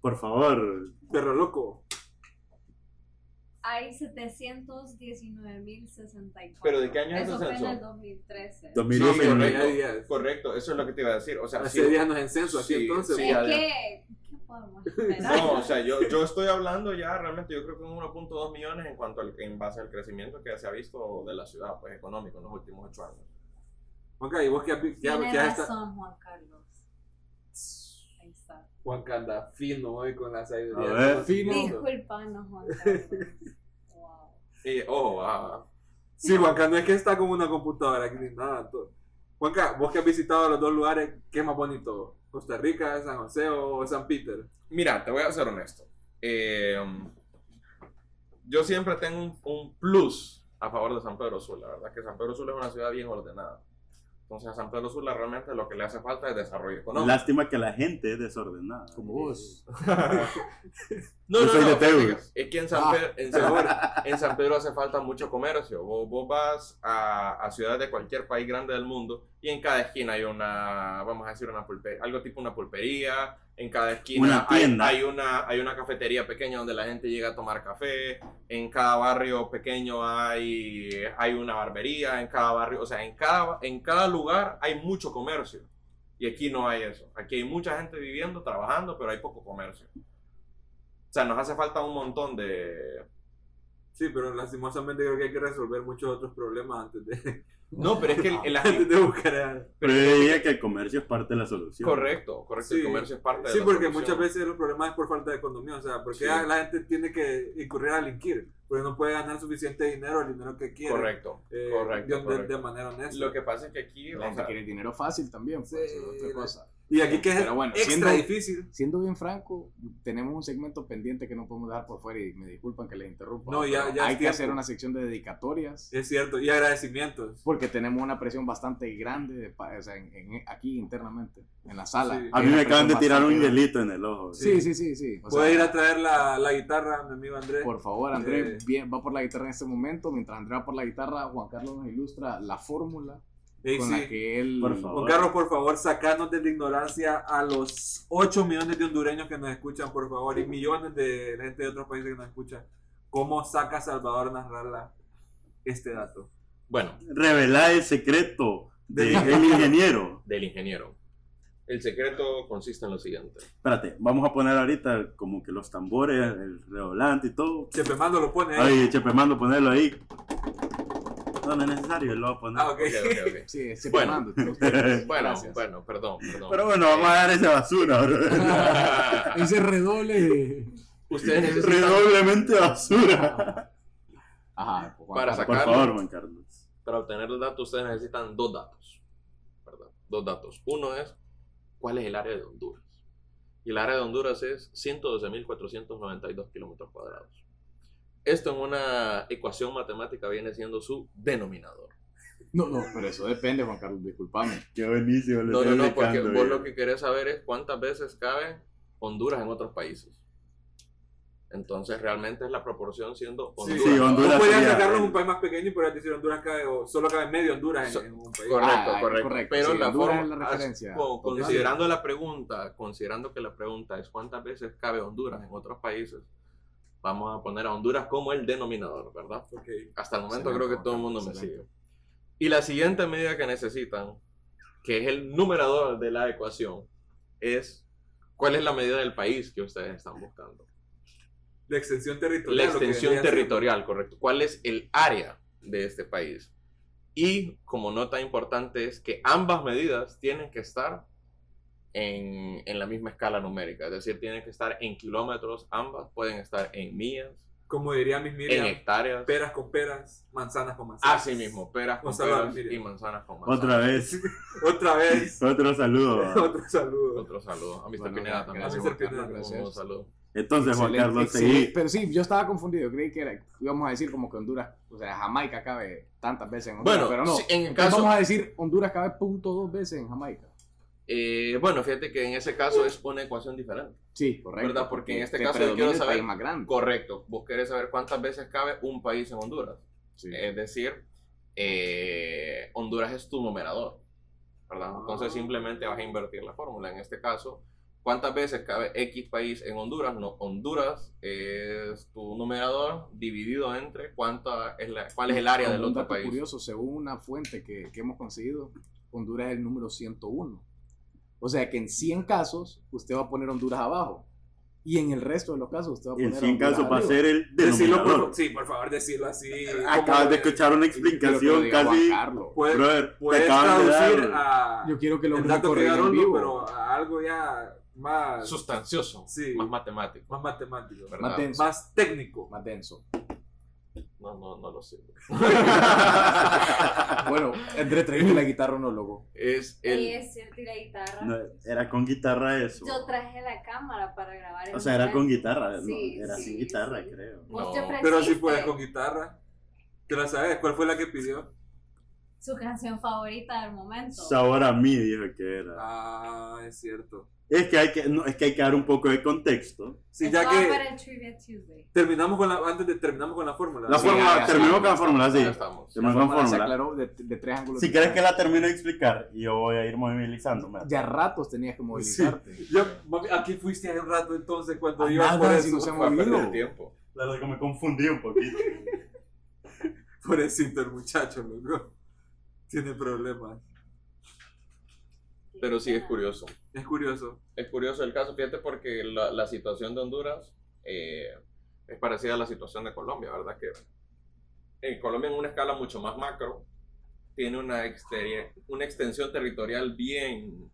Speaker 1: Por favor,
Speaker 2: perro loco
Speaker 6: Hay 719.064.
Speaker 4: ¿Pero de qué año es
Speaker 6: Eso
Speaker 4: ese
Speaker 6: fue en
Speaker 4: censo?
Speaker 6: el 2013.
Speaker 1: 2011.
Speaker 4: Sí, correcto.
Speaker 2: Hace días.
Speaker 4: Correcto, eso es lo que te iba a decir. O sea,
Speaker 2: hace
Speaker 4: sí-
Speaker 2: días nos en censo aquí
Speaker 4: Sí,
Speaker 2: entonces
Speaker 4: sí,
Speaker 6: es
Speaker 4: además-
Speaker 6: que. ¿Qué podemos esperar?
Speaker 4: No, o sea, yo, yo estoy hablando ya realmente, yo creo que un 1.2 millones en cuanto al, en base al crecimiento que se ha visto de la ciudad, pues económico, en los últimos ocho años.
Speaker 2: Ok, ¿y vos qué, has vi- qué has-
Speaker 6: Tienes
Speaker 2: qué has estado-
Speaker 6: razón, Juan Carlos. Ahí está.
Speaker 2: Juan Canda, fino hoy con la sabiduría.
Speaker 1: A
Speaker 2: de
Speaker 1: ver.
Speaker 2: los
Speaker 3: Fino.
Speaker 2: mundo.
Speaker 6: Disculpanos, Juan Carlos. Wow.
Speaker 4: Y, ojo, ah,
Speaker 2: Sí, Juanca, no es que está como una computadora aquí ni nada. Todo. Juanca, vos que has visitado los dos lugares, ¿qué es más bonito? ¿Costa Rica, San José o San Peter?
Speaker 4: Mira, te voy a ser honesto. Eh, yo siempre tengo un, un plus a favor de San Pedro Sula. La verdad es que San Pedro Sula es una ciudad bien ordenada. Entonces a San Pedro Sula realmente lo que le hace falta es desarrollo económico.
Speaker 1: Lástima que la gente es desordenada.
Speaker 3: Como vos.
Speaker 4: No,
Speaker 1: Yo
Speaker 4: no,
Speaker 1: soy
Speaker 4: no,
Speaker 1: de Teudas.
Speaker 4: fíjate, Es que en San,
Speaker 3: Ah.
Speaker 4: Pedro, en, San, en San Pedro hace falta mucho comercio. Vos, vos vas a, a ciudades de cualquier país grande del mundo y en cada esquina hay una, vamos a decir, una pulpería, algo tipo una pulpería. En cada esquina
Speaker 1: Una
Speaker 4: hay,
Speaker 1: tienda.
Speaker 4: hay una, hay una cafetería pequeña donde la gente llega a tomar café. En cada barrio pequeño hay, hay una barbería. En cada barrio, o sea, en cada, en cada lugar hay mucho comercio. Y aquí no hay eso. Aquí hay mucha gente viviendo, trabajando, pero hay poco comercio. O sea, nos hace falta un montón de...
Speaker 2: Sí, pero lastimosamente creo que hay que resolver muchos otros problemas antes de,
Speaker 4: No, pero es que el, el- la gente-
Speaker 2: antes de buscar a...
Speaker 1: Pero yo diría que el comercio es parte de la solución.
Speaker 4: Correcto, correcto.
Speaker 2: Sí.
Speaker 4: el comercio es parte de
Speaker 2: Sí,
Speaker 4: la
Speaker 2: porque
Speaker 4: solución.
Speaker 2: muchas veces los problemas es por falta de economía, o sea, porque
Speaker 4: Sí.
Speaker 2: la gente tiene que incurrir a delinquir, porque no puede ganar suficiente dinero, el dinero que quiere,
Speaker 4: Correcto,
Speaker 2: eh,
Speaker 4: correcto,
Speaker 2: de, de
Speaker 4: correcto.
Speaker 2: manera honesta.
Speaker 4: Lo que pasa es que aquí...
Speaker 3: La
Speaker 4: o
Speaker 3: gente
Speaker 4: sea,
Speaker 3: quiere dinero fácil también, pues,
Speaker 2: Sí,
Speaker 3: es otra cosa.
Speaker 2: y aquí que es
Speaker 3: Pero bueno,
Speaker 2: extra
Speaker 3: siendo-
Speaker 2: difícil.
Speaker 3: Siendo bien franco, tenemos un segmento pendiente que no podemos dejar por fuera y me disculpan que les interrumpa.
Speaker 2: No, ya-
Speaker 3: pero
Speaker 2: ya es
Speaker 3: hay que
Speaker 2: tiempo.
Speaker 3: hacer una sección de dedicatorias
Speaker 2: Es cierto, y agradecimientos.
Speaker 3: porque tenemos una presión bastante grande de pa- o sea, en- en- aquí internamente, en la sala.
Speaker 2: Sí.
Speaker 1: A
Speaker 3: Hay
Speaker 1: mí
Speaker 3: una
Speaker 1: me acaban de
Speaker 3: presión
Speaker 1: tirar un
Speaker 3: bastante grande.
Speaker 1: hielito en el ojo.
Speaker 3: Sí, sí, sí, sí. O
Speaker 2: Puede
Speaker 3: sea,
Speaker 2: ir a traer la, la guitarra, mi amigo Andrés.
Speaker 3: Por favor, André,
Speaker 2: Eh.
Speaker 3: bien, va por la guitarra en este momento. Mientras André va por la guitarra, Juan Carlos nos ilustra la fórmula
Speaker 2: Ey,
Speaker 3: con
Speaker 2: sí.
Speaker 3: la que él...
Speaker 1: Por favor.
Speaker 2: Juan Carlos, por favor, sacanos de la ignorancia a los 8 millones de hondureños que nos escuchan, por favor, y millones de la gente de otros países que nos escuchan. ¿Cómo saca Salvador Narrala este dato?
Speaker 4: Bueno,
Speaker 1: Revelar el secreto del ingeniero.
Speaker 4: del ingeniero. El secreto consiste en lo siguiente.
Speaker 1: Espérate, vamos a poner ahorita como que los tambores, el redoblante y todo.
Speaker 2: Chepe Mando lo pone ¿eh? ahí.
Speaker 1: Ay, Chepe, mando ponerlo ahí. No, no es necesario, lo voy a poner.
Speaker 2: Ah, ok.
Speaker 4: Ok, ok, ok.
Speaker 3: Sí, sí,
Speaker 4: Bueno.
Speaker 3: Fernando, ustedes.
Speaker 4: Bueno,
Speaker 3: Gracias.
Speaker 4: bueno, perdón, perdón.
Speaker 1: Pero bueno, vamos a dar esa basura, bro.
Speaker 3: Ese redoble.
Speaker 4: Ustedes necesitan...
Speaker 1: Redoblemente basura.
Speaker 3: Ajá, pues, Juan
Speaker 4: Para
Speaker 3: Carlos.
Speaker 4: sacar-
Speaker 1: Por favor, Juan Carlos.
Speaker 4: para obtener los datos, ustedes necesitan dos datos. ¿verdad? Dos datos. Uno es, ¿cuál es el área de Honduras? Y el área de Honduras es 112.492 kilómetros cuadrados. Esto en una ecuación matemática viene siendo su denominador.
Speaker 3: No, no, pero eso depende, Juan Carlos, disculpame.
Speaker 1: Qué buenísimo. le
Speaker 4: No, no,
Speaker 1: estoy eh.
Speaker 4: no, porque
Speaker 1: aplicando,
Speaker 4: vos
Speaker 1: bro.
Speaker 4: lo que querés saber es cuántas veces cabe Honduras en otros países. Entonces realmente es la proporción siendo
Speaker 2: Sí,
Speaker 4: Honduras.
Speaker 1: sí, Honduras
Speaker 2: Vos podrías
Speaker 1: sería-
Speaker 2: sacarlo en un país más pequeño y podrías decir Honduras cabe, o solo cabe medio Honduras
Speaker 4: So-
Speaker 2: en, en un país.
Speaker 4: Correcto,
Speaker 3: Ah,
Speaker 4: correcto.
Speaker 3: correcto,
Speaker 4: Pero
Speaker 3: sí,
Speaker 4: la
Speaker 3: Honduras
Speaker 4: forma,
Speaker 3: es la referencia.
Speaker 4: con-
Speaker 3: Ok.
Speaker 4: considerando la pregunta, considerando que la pregunta es cuántas veces cabe Honduras en otros países, vamos a poner a Honduras como el denominador, ¿verdad?
Speaker 2: Ok.
Speaker 4: Hasta el momento
Speaker 3: Excelente,
Speaker 4: creo que
Speaker 3: Juan
Speaker 4: todo el
Speaker 3: Carlos,
Speaker 4: mundo me
Speaker 3: excelente.
Speaker 4: sigue. Y la siguiente medida que necesitan, que es el numerador de la ecuación, es cuál es la medida del país que ustedes están buscando.
Speaker 2: La extensión territorial.
Speaker 4: La
Speaker 2: lo que
Speaker 4: extensión
Speaker 2: vendría a ser-
Speaker 4: territorial, correcto. ¿Cuál es el área de este país? Y como nota importante es que ambas medidas tienen que estar en, en la misma escala numérica, es decir, tienen que estar en kilómetros, ambas pueden estar en millas,
Speaker 2: Como diría mis
Speaker 4: en
Speaker 2: Miriam,
Speaker 4: hectáreas,
Speaker 2: peras con peras, manzanas con manzanas.
Speaker 4: así Ah, mismo, peras con
Speaker 2: Un saludo,
Speaker 4: peras
Speaker 2: Miriam.
Speaker 4: y manzanas con manzanas.
Speaker 1: Otra vez.
Speaker 2: Otra vez,
Speaker 1: Otro saludo. bro.
Speaker 2: otro saludo.
Speaker 4: Otro saludo. A Mr.
Speaker 3: Bueno,
Speaker 4: Pineda también.
Speaker 2: Mr.
Speaker 3: gracias, Juan Carlos,
Speaker 2: Pineda,
Speaker 3: gracias.
Speaker 4: Un saludo.
Speaker 1: Entonces, Juan
Speaker 3: Excelente,
Speaker 1: Carlos,
Speaker 3: excelente.
Speaker 1: seguí.
Speaker 3: Pero sí, yo estaba confundido. Creí que era, íbamos a decir como que Honduras, o sea, Jamaica cabe tantas veces en Honduras,
Speaker 4: Bueno,
Speaker 3: pero no.
Speaker 4: sí, en el
Speaker 3: Entonces
Speaker 4: caso,
Speaker 3: vamos a decir Honduras cabe punto dos veces en Jamaica.
Speaker 4: eh, bueno, fíjate que en ese caso es una ecuación diferente.
Speaker 3: Sí, correcto.
Speaker 4: ¿Verdad? Porque en este
Speaker 3: te
Speaker 4: caso yo
Speaker 3: predomina
Speaker 4: quiero
Speaker 3: el
Speaker 4: saber-
Speaker 3: país más grande.
Speaker 4: Correcto. Vos querés saber cuántas veces cabe un país en Honduras.
Speaker 3: Sí.
Speaker 4: Es decir, eh, Honduras es tu numerador, ¿verdad? Entonces simplemente vas a invertir la fórmula. En este caso, ¿cuántas veces cabe X país en Honduras? No, Honduras es tu numerador dividido entre cuánta es la, cuál es el área
Speaker 3: Como
Speaker 4: del
Speaker 3: un
Speaker 4: otro
Speaker 3: dato
Speaker 4: país.
Speaker 3: curioso, según una fuente que, que hemos conseguido, Honduras es el número 101. O sea que en 100 casos usted va a poner Honduras abajo y en el resto de los casos usted va a poner
Speaker 1: En
Speaker 3: a
Speaker 1: 100
Speaker 3: Honduras
Speaker 1: casos va a
Speaker 3: arriba.
Speaker 1: ser el
Speaker 2: Decirlo, por, fa-
Speaker 1: denominador. Ah,
Speaker 2: sí, por favor, decirlo así.
Speaker 1: Acabas de escuchar una
Speaker 3: Y yo quiero que lo
Speaker 1: explicación
Speaker 3: diga
Speaker 1: casi.
Speaker 3: Juan Carlos.
Speaker 2: Puedes,
Speaker 1: Brother, te
Speaker 2: puedes
Speaker 1: acaban de
Speaker 2: traducir
Speaker 1: dar.
Speaker 2: a
Speaker 3: Yo quiero que lo
Speaker 2: el dato que
Speaker 3: corrijan
Speaker 2: dieron,
Speaker 3: en vivo.
Speaker 2: pero a algo ya más,
Speaker 4: Sustancioso.
Speaker 2: Sí.
Speaker 4: Más matemático.
Speaker 2: más matemático,
Speaker 4: ¿verdad?
Speaker 3: Más denso.
Speaker 2: más técnico.
Speaker 3: Más denso.
Speaker 4: No, no, no lo sirve.
Speaker 3: Bueno, entre traerme la guitarra monólogo.
Speaker 4: es el.
Speaker 6: Y es cierto, y la guitarra.
Speaker 1: No, era con guitarra eso.
Speaker 6: Yo traje la cámara para grabar el
Speaker 1: O sea, era
Speaker 6: video.
Speaker 1: con guitarra, no,
Speaker 6: Sí,
Speaker 1: era
Speaker 6: sí,
Speaker 1: sin guitarra,
Speaker 6: sí.
Speaker 1: creo.
Speaker 6: Vos
Speaker 4: No,
Speaker 6: te
Speaker 2: Pero si
Speaker 6: ofreciste
Speaker 2: puedes con guitarra. ¿Te la sabes? ¿Cuál fue la que pidió?
Speaker 6: Su canción favorita del momento.
Speaker 1: Sabor a mí, dijo que era.
Speaker 2: Ah, es cierto.
Speaker 1: Es que hay que, no, es que hay que dar un poco de contexto.
Speaker 2: Sí,
Speaker 6: Esto
Speaker 2: ya
Speaker 6: va
Speaker 2: que
Speaker 6: para el Trivia Tuesday.
Speaker 2: terminamos con la, antes de terminamos con la fórmula.
Speaker 1: La
Speaker 2: Sí.
Speaker 1: fórmula,
Speaker 3: ya, ya,
Speaker 1: terminó
Speaker 3: ya.
Speaker 1: con la fórmula, sí.
Speaker 4: Ya estamos.
Speaker 1: Terminó
Speaker 3: La
Speaker 1: con
Speaker 3: fórmula se
Speaker 1: fórmula.
Speaker 3: aclaró de, de tres ángulos.
Speaker 1: Si querés que la termine de explicar, y yo voy a ir movilizándome.
Speaker 3: Ya ratos tenías que movilizarte.
Speaker 2: Yo, mami, aquí fuiste hace un rato entonces cuando
Speaker 3: Ah,
Speaker 2: ibas
Speaker 3: nada,
Speaker 2: por
Speaker 3: si
Speaker 2: eso.
Speaker 3: no se
Speaker 4: Fue a perder
Speaker 3: movido.
Speaker 4: tiempo.
Speaker 1: La verdad que me confundí un poquito.
Speaker 2: Pobrecito el muchacho, loco. Tiene problemas.
Speaker 4: Pero sí es curioso.
Speaker 2: Es curioso.
Speaker 4: Es curioso el caso, fíjate, porque la, la situación de Honduras eh, es parecida a la situación de Colombia, ¿verdad? Que en Colombia, en una escala mucho más macro, tiene una, exteri- una extensión territorial bien,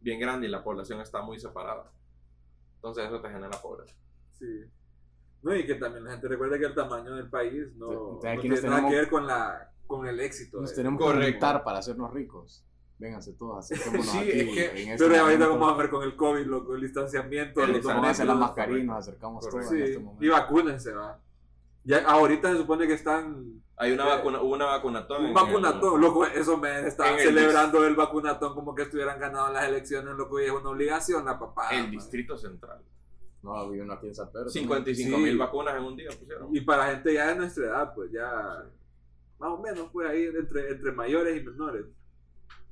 Speaker 4: bien grande y la población está muy separada. Entonces, eso te genera pobreza.
Speaker 2: Sí. No, y que también la gente recuerda que el tamaño del país no,
Speaker 3: Sí,
Speaker 2: no
Speaker 3: entonces aquí
Speaker 2: tiene
Speaker 3: nos
Speaker 2: nada
Speaker 3: tenemos-
Speaker 2: que ver con, la, con el éxito.
Speaker 3: Nos
Speaker 2: eh.
Speaker 3: tenemos
Speaker 4: Correcto.
Speaker 3: que conectar para hacernos ricos. Vénganse todos, aceptémonos
Speaker 4: Sí,
Speaker 3: aquí.
Speaker 4: es que-
Speaker 3: en este
Speaker 2: Pero ya ahorita
Speaker 3: momento.
Speaker 2: vamos a ver con el COVID, loco, el distanciamiento,
Speaker 4: El
Speaker 2: los dos
Speaker 3: Vamos a hacer la
Speaker 2: metros.
Speaker 3: mascarilla y nos acercamos
Speaker 4: Correcto.
Speaker 3: todos
Speaker 2: Sí,
Speaker 3: en este
Speaker 2: y
Speaker 3: momento.
Speaker 2: vacúnense, va. Ya, ahorita se supone que están
Speaker 4: Hay una
Speaker 2: Eh,
Speaker 4: vacuna, hubo una vacunatón.
Speaker 2: un
Speaker 4: en
Speaker 2: vacunatón,
Speaker 4: el-
Speaker 2: loco, eso me
Speaker 4: En
Speaker 2: estaban
Speaker 4: el
Speaker 2: celebrando el vacunatón como que estuvieran ganando las elecciones, loco, y es una obligación la papá.
Speaker 4: El,
Speaker 2: man.
Speaker 4: Distrito Central.
Speaker 3: No, había uno aquí en San Pedro.
Speaker 4: 55
Speaker 2: Sí.
Speaker 4: mil vacunas en un día pusieron.
Speaker 2: Y para gente ya de nuestra edad, pues ya más o menos pues ahí entre, entre mayores y menores.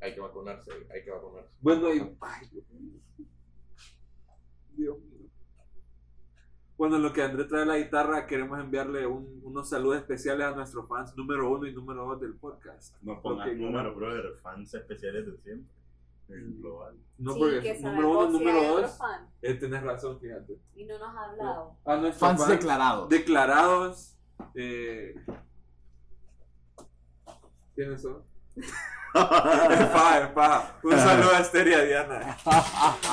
Speaker 4: Hay que vacunarse, hay que vacunarse.
Speaker 2: Bueno, y ay, Dios mío. Dios mío. Bueno, en lo que André trae la guitarra, queremos enviarle un- unos saludos especiales a nuestros fans número uno y número dos del podcast.
Speaker 1: No
Speaker 2: pongas número,
Speaker 1: brother. Fans especiales de siempre.
Speaker 2: El
Speaker 1: global.
Speaker 2: No,
Speaker 6: sí,
Speaker 2: porque
Speaker 6: que
Speaker 2: es número
Speaker 6: sabemos
Speaker 2: uno,
Speaker 6: si hay
Speaker 2: número
Speaker 6: otro
Speaker 2: dos.
Speaker 6: fan
Speaker 2: Eh, tenés razón, fíjate.
Speaker 6: y no nos ha hablado.
Speaker 2: A nuestros
Speaker 3: Fans declarados.
Speaker 2: declarados. Eh, ¿Quiénes son? Epa, epa. Un saludo a Esther y a Diana.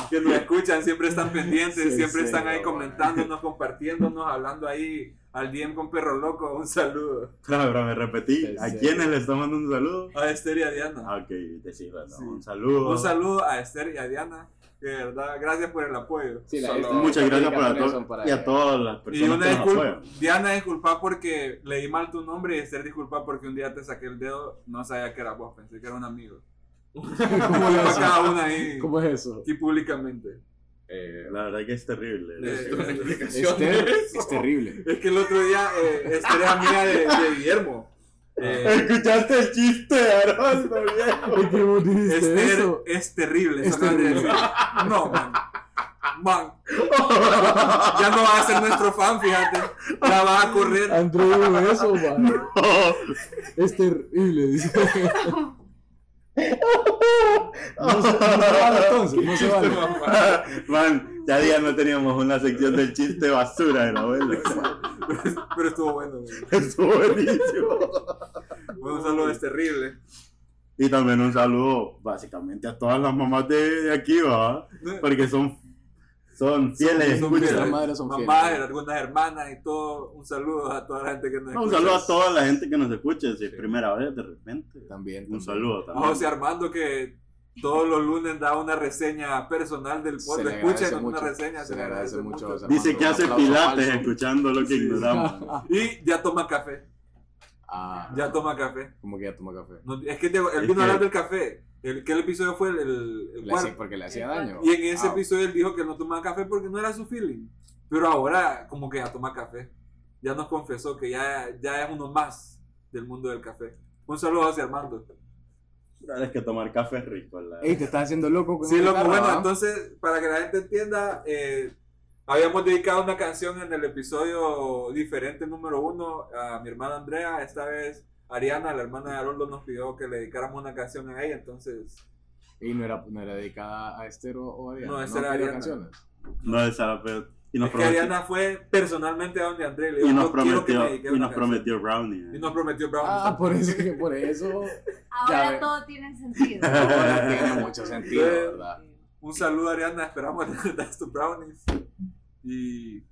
Speaker 2: Que nos escuchan, siempre están pendientes,
Speaker 3: Sí,
Speaker 2: siempre
Speaker 3: sí,
Speaker 2: están ahí
Speaker 3: bueno.
Speaker 2: comentándonos, compartiéndonos, hablando ahí al DM con Perro Loco. Un saludo
Speaker 1: Claro, pero me repetí.
Speaker 3: Sí,
Speaker 1: ¿A
Speaker 3: sí.
Speaker 1: quiénes le estamos dando un saludo?
Speaker 2: a Esther y a Diana.
Speaker 1: Ah, ok, decirlo,
Speaker 2: Sí.
Speaker 1: Un saludo.
Speaker 2: Un saludo a Esther y a Diana. De verdad, gracias por el apoyo.
Speaker 3: Sí, la-
Speaker 4: Solo-
Speaker 3: estas-
Speaker 1: Muchas
Speaker 3: estas
Speaker 1: gracias por a
Speaker 3: dedicatorias
Speaker 1: to-
Speaker 3: son para
Speaker 1: y a
Speaker 3: ella.
Speaker 1: todas las
Speaker 2: Y
Speaker 1: personas que
Speaker 2: una
Speaker 1: nos
Speaker 2: disculpa,
Speaker 1: apoyan.
Speaker 2: Diana, disculpa porque leí mal tu nombre y Esther, disculpa porque un día te saqué el dedo, no sabía que era vos, pensé que era un amigo.
Speaker 3: ¿Cómo es eso?
Speaker 2: cada una ahí,
Speaker 3: ¿Cómo es eso?
Speaker 2: aquí públicamente.
Speaker 4: Eh,
Speaker 1: La verdad que es terrible.
Speaker 2: Eh,
Speaker 4: una explicación de
Speaker 3: Esther
Speaker 4: eso.
Speaker 3: es terrible.
Speaker 2: Es que el otro día eh, Esther es amiga de, de Guillermo.
Speaker 3: Ah.
Speaker 2: Eh,
Speaker 1: ¿Escuchaste el chiste de Aroldo, viejo?
Speaker 3: qué bonito
Speaker 2: Esther es terrible. eso
Speaker 3: Es
Speaker 2: no es
Speaker 3: terrible.
Speaker 2: real. No, man. Man. Ya no va a ser nuestro fan, fíjate. Ya va a correr.
Speaker 3: Andrew, eso, man. Es terrible, dice. No se, no se vale entonces, no
Speaker 2: Este
Speaker 3: se vale.
Speaker 1: Man, ya día no teníamos una sección del chiste basura de la abuela.
Speaker 2: Pero estuvo bueno. güey.
Speaker 1: Pues, Estuvo buenísimo.
Speaker 2: Bueno, un saludo es terrible.
Speaker 1: Y también un saludo básicamente a todas las mamás de, de aquí, ¿va? Porque son, son fieles.
Speaker 2: Son
Speaker 1: escuchas.
Speaker 2: fieles.
Speaker 3: Las madres pues, son fieles.
Speaker 2: Mamás, algunas hermanas y todo. Un saludo a toda la gente que nos
Speaker 1: No, un
Speaker 2: escucha.
Speaker 1: saludo a toda la gente que nos escucha, si es primera vez de repente.
Speaker 3: También.
Speaker 1: Un
Speaker 3: también.
Speaker 1: saludo
Speaker 2: A
Speaker 1: también.
Speaker 2: José Armando que todos los lunes da una reseña personal del
Speaker 3: Se
Speaker 2: podcast.
Speaker 3: le agradece
Speaker 2: Escuchen una
Speaker 3: mucho,
Speaker 2: reseña.
Speaker 3: se le agradece mucho a José
Speaker 1: Dice
Speaker 3: Armando,
Speaker 1: que
Speaker 3: un
Speaker 1: hace
Speaker 3: aplauso
Speaker 1: pilates
Speaker 3: falso.
Speaker 1: escuchando lo que
Speaker 2: Sí.
Speaker 1: ignoramos.
Speaker 2: Y ya toma café.
Speaker 3: Ah,
Speaker 2: Ya toma café.
Speaker 3: como que ya toma café.
Speaker 2: No, es que te- él
Speaker 1: Es
Speaker 2: vino a hablar
Speaker 1: que-
Speaker 2: del café. El, que el episodio fue el, el, el
Speaker 3: Le
Speaker 2: cuarto.
Speaker 3: hacía- porque le hacía daño.
Speaker 2: Y en ese
Speaker 3: Ah,
Speaker 2: episodio él dijo que no tomaba café porque no era su feeling. Pero ahora como que ya toma café. Ya nos confesó que ya, ya es uno más del mundo del café. Un saludo hacia Armando.
Speaker 1: La verdad es que tomar café es rico. La...
Speaker 3: Ey, te estás haciendo loco con ¿ah?
Speaker 2: Sí,
Speaker 3: la
Speaker 2: loco,
Speaker 3: guitarra,
Speaker 2: bueno,
Speaker 3: ¿va?
Speaker 2: entonces, para que la gente entienda, eh, habíamos dedicado una canción en el episodio diferente número uno a mi hermana Andrea. Esta vez Ariana, la hermana de Haroldo, nos pidió que le dedicáramos una canción a ella. Entonces,
Speaker 3: Y no era, no era dedicada a Esther o, o a Diana.
Speaker 2: No, esa era
Speaker 3: pidió
Speaker 2: Ariana.
Speaker 3: canciones.
Speaker 1: No es Sara, pero- Y nos
Speaker 2: es que
Speaker 1: prometió,
Speaker 2: Ariana fue personalmente a donde Andrea le dijo,
Speaker 1: y nos
Speaker 2: "No quiero que me dedique
Speaker 1: prometió, y
Speaker 2: una
Speaker 1: nos
Speaker 2: canción".
Speaker 1: prometió Brownie. eh.
Speaker 2: Y nos prometió Brown.
Speaker 3: Ah, por eso, que por eso.
Speaker 6: Ahora
Speaker 3: ve.
Speaker 6: todo tiene sentido.
Speaker 3: Ahora tiene mucho sentido, ¿verdad?
Speaker 2: Un saludo, Ariana. Esperamos que das tu brownies. Y.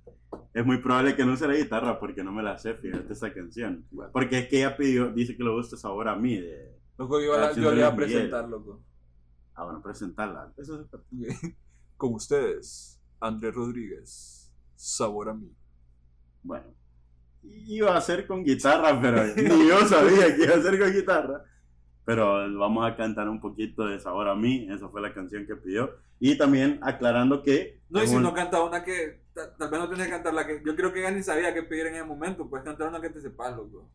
Speaker 1: Es muy probable que no sea la guitarra porque no me la sé, fíjate esa canción. Porque es que ella pidió, dice que le gusta sabor a mí. De,
Speaker 2: Loco, yo, la- yo le iba
Speaker 1: Luis Ah,
Speaker 2: a
Speaker 1: Miguel.
Speaker 2: presentar, loco.
Speaker 1: ah, bueno, presentarla. Eso es-
Speaker 2: Con ustedes, Andrés Rodríguez. Sabor a mí.
Speaker 1: bueno, iba a ser con guitarra, pero ni yo sabía que iba a ser con guitarra. Pero vamos a cantar un poquito de sabor a mí. Esa fue la canción que pidió. Y también aclarando que.
Speaker 2: No, y
Speaker 1: es
Speaker 2: si
Speaker 1: un-
Speaker 2: no canta una que. ta- Tal vez no tenía que cantar la que. Yo creo que ella ni sabía qué pedir en ese momento. Puedes cantar una que te pues. sepas, loco.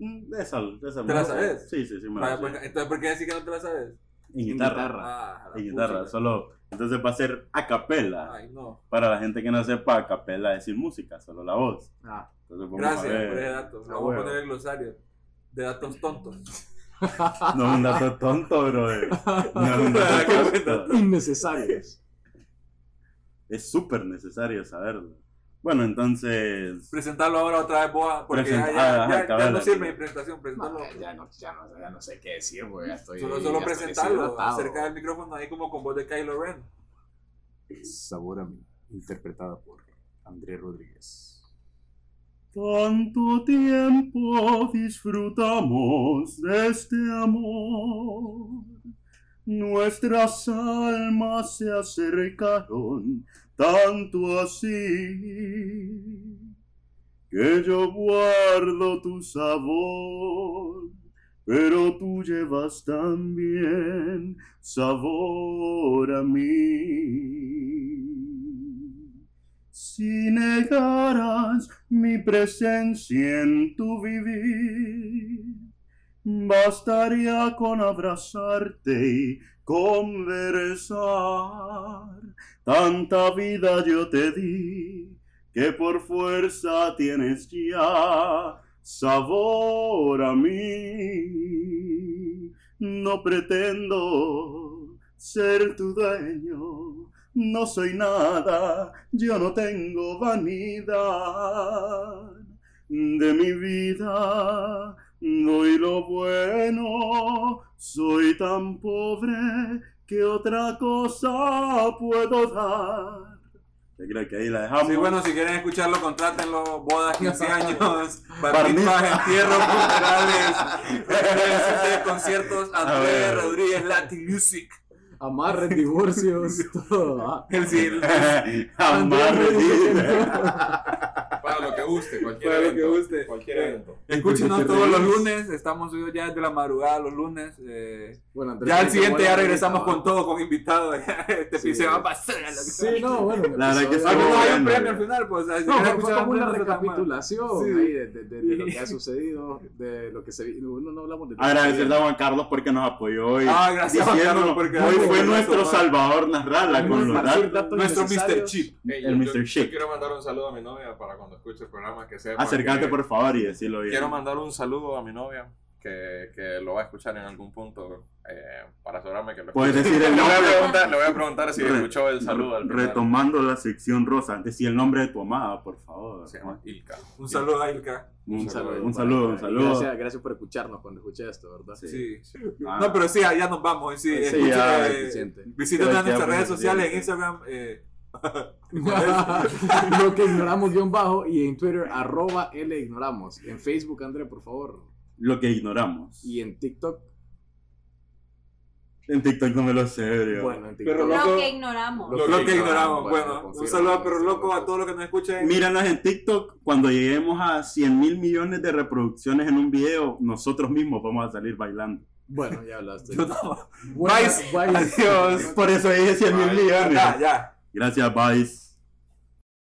Speaker 1: Mm, Esa, esa
Speaker 2: ¿Te la sabes?
Speaker 1: Sí, sí, sí. me la
Speaker 2: Vaya,
Speaker 1: sé.
Speaker 2: pues, entonces, ¿por qué decir que no te la sabes?
Speaker 1: En guitarra.
Speaker 3: guitarra.
Speaker 2: Ah, la
Speaker 1: En guitarra,
Speaker 2: pucha.
Speaker 1: solo. Entonces va a ser a capela.
Speaker 2: Ay, no.
Speaker 1: Para la gente que no sepa, a capela es sin música, solo la voz.
Speaker 3: Ah.
Speaker 1: Entonces vamos
Speaker 2: Gracias
Speaker 1: a ver.
Speaker 2: por ese dato.
Speaker 3: Ah,
Speaker 2: Vamos a
Speaker 3: huevo.
Speaker 2: poner el glosario de datos tontos.
Speaker 1: No es un dato tonto, bro. No es un dato tonto.
Speaker 3: Innecesarios.
Speaker 1: Es súper necesario saberlo. Bueno, entonces.
Speaker 2: Presentarlo ahora otra vez, Boa, porque
Speaker 1: Presenta-
Speaker 2: ya, ya,
Speaker 1: ah,
Speaker 2: ya-
Speaker 1: ajá,
Speaker 2: ya
Speaker 1: cabal,
Speaker 2: no
Speaker 1: dale.
Speaker 2: sirve mi presentación. Presentarlo.
Speaker 3: No, Ah, ya, no, ya, no, ya no sé qué decir, güey. ya Estoy,
Speaker 2: solo solo
Speaker 3: ya estoy
Speaker 2: presentarlo
Speaker 3: deshidratado.
Speaker 2: cerca del micrófono, ahí como con voz de Kylo Ren.
Speaker 3: Sabor a mí, interpretada por Andrés Rodríguez.
Speaker 1: Tanto tiempo disfrutamos de este amor. Nuestras almas se acercaron tanto así que yo guardo tu sabor, pero tú llevas también sabor a mí. Si negaras mi presencia en tu vivir, bastaría con abrazarte y conversar. Tanta vida yo te di que por fuerza tienes ya sabor a mí. No pretendo ser tu dueño. No soy nada, yo no tengo vanidad de mi vida. Doy lo bueno, soy tan pobre que otra cosa puedo dar. Yo creo que ahí la dejamos.
Speaker 2: Sí, bueno, si quieren escucharlo, contrátenlo. Bodas, 15 años,
Speaker 1: Barniz.
Speaker 2: barbizas, entierros, funerales, reuniones de conciertos.
Speaker 1: A
Speaker 2: Andrés
Speaker 1: ver.
Speaker 2: Rodríguez, Latin Music.
Speaker 3: Amarres, divorcios, todo. ah.
Speaker 2: El, el-
Speaker 1: Amarre,
Speaker 4: Para lo que guste, cualquier
Speaker 2: Para lo
Speaker 4: evento.
Speaker 2: que guste.
Speaker 4: Cualquier
Speaker 2: Eh,
Speaker 4: evento.
Speaker 2: Escúchenos
Speaker 3: Escuchen
Speaker 2: todos los
Speaker 3: reviews.
Speaker 2: lunes, estamos subidos ya desde la madrugada los lunes. eh,
Speaker 3: Bueno, Andrés,
Speaker 2: ya al
Speaker 3: qué
Speaker 2: siguiente
Speaker 3: buena
Speaker 2: ya
Speaker 3: bonita,
Speaker 2: regresamos
Speaker 3: va.
Speaker 2: con todo, con invitados. Este
Speaker 3: Sí.
Speaker 2: piso se va a pasar. a la-
Speaker 3: Sí, no, bueno.
Speaker 1: La verdad que
Speaker 2: Ah,
Speaker 1: sí,
Speaker 2: no, hay un
Speaker 1: bueno,
Speaker 2: premio
Speaker 1: eh.
Speaker 2: al final, pues. o sea, si
Speaker 3: No,
Speaker 2: quieren
Speaker 3: fue- fue
Speaker 2: escuchar
Speaker 3: como
Speaker 2: un
Speaker 3: una
Speaker 2: premio, está mal.
Speaker 3: recapitulación
Speaker 2: Sí.
Speaker 3: ahí de, de- de- de lo que ha sucedido, de lo que se vino. No, no hablamos de
Speaker 1: Agradecerle a Juan Carlos porque nos apoyó hoy.
Speaker 2: Ah, gracias, Juan
Speaker 1: Diciendo,
Speaker 2: Carlos, porque
Speaker 1: hoy fue
Speaker 2: Eso,
Speaker 1: nuestro
Speaker 2: va.
Speaker 1: salvador Narrala con los datos.
Speaker 2: Nuestro Mr. Chip.
Speaker 4: Hey,
Speaker 1: El
Speaker 4: yo- yo-
Speaker 1: Mr.
Speaker 4: Yo
Speaker 1: Shit.
Speaker 4: quiero mandar un saludo a mi novia para cuando escuche el programa que sepa.
Speaker 1: Acércate
Speaker 4: que-
Speaker 1: por favor y decirlo bien.
Speaker 4: Quiero mandar un saludo a mi novia que, que lo va a escuchar en algún punto eh, para asegurarme que lo
Speaker 1: Puedes
Speaker 4: escuche.
Speaker 1: decir el
Speaker 4: Le voy a
Speaker 1: nombre.
Speaker 4: preguntar, le voy a preguntar si
Speaker 1: Re-
Speaker 4: escuchó el saludo al final.
Speaker 1: Retomando la sección rosa, decir el nombre de tu amada, por favor.
Speaker 4: Se llama Ilka.
Speaker 2: Un saludo a Ilka.
Speaker 1: Un saludo, un
Speaker 3: para-
Speaker 1: saludo, un
Speaker 3: y
Speaker 1: saludo.
Speaker 3: Gracias, gracias por escucharnos cuando escuché esto, ¿verdad?
Speaker 1: Sí.
Speaker 2: Sí.
Speaker 1: Ah,
Speaker 2: No, pero sí, ya nos vamos. Sí,
Speaker 3: Sí,
Speaker 2: escuchen,
Speaker 1: ya,
Speaker 2: eh,
Speaker 3: suficiente.
Speaker 2: visítenos
Speaker 1: Creo
Speaker 2: en
Speaker 1: que ya
Speaker 2: nuestras redes
Speaker 1: fue
Speaker 2: sociales, en
Speaker 1: suficiente.
Speaker 2: Instagram. eh,
Speaker 3: lo que ignoramos guión bajo y en Twitter arroba L ignoramos. En Facebook, André, por favor.
Speaker 1: Lo que ignoramos.
Speaker 3: Y en TikTok.
Speaker 1: En TikTok no me lo sé, bro.
Speaker 3: Bueno, en
Speaker 2: Pero
Speaker 3: TikTok.
Speaker 2: loco,
Speaker 6: Lo que ignoramos.
Speaker 4: lo-
Speaker 2: Lo,
Speaker 4: Lo
Speaker 2: que
Speaker 4: que
Speaker 2: ignoramos.
Speaker 3: ignoramos, bueno,
Speaker 2: Bueno, un
Speaker 3: confirmo,
Speaker 2: saludo a Perro
Speaker 3: confirmo.
Speaker 2: Loco, a todos los que nos escuchen.
Speaker 1: Míranos en TikTok. Cuando lleguemos a 100 mil millones de reproducciones en un video, nosotros mismos vamos a salir bailando.
Speaker 3: Bueno, ya hablaste.
Speaker 2: Yo no.
Speaker 3: Buenas-
Speaker 2: Bye.
Speaker 3: bye.
Speaker 2: Adiós.
Speaker 1: Por eso dije 100 mil
Speaker 4: Bye.
Speaker 1: millones.
Speaker 2: Ya, ya.
Speaker 1: Gracias, Vice.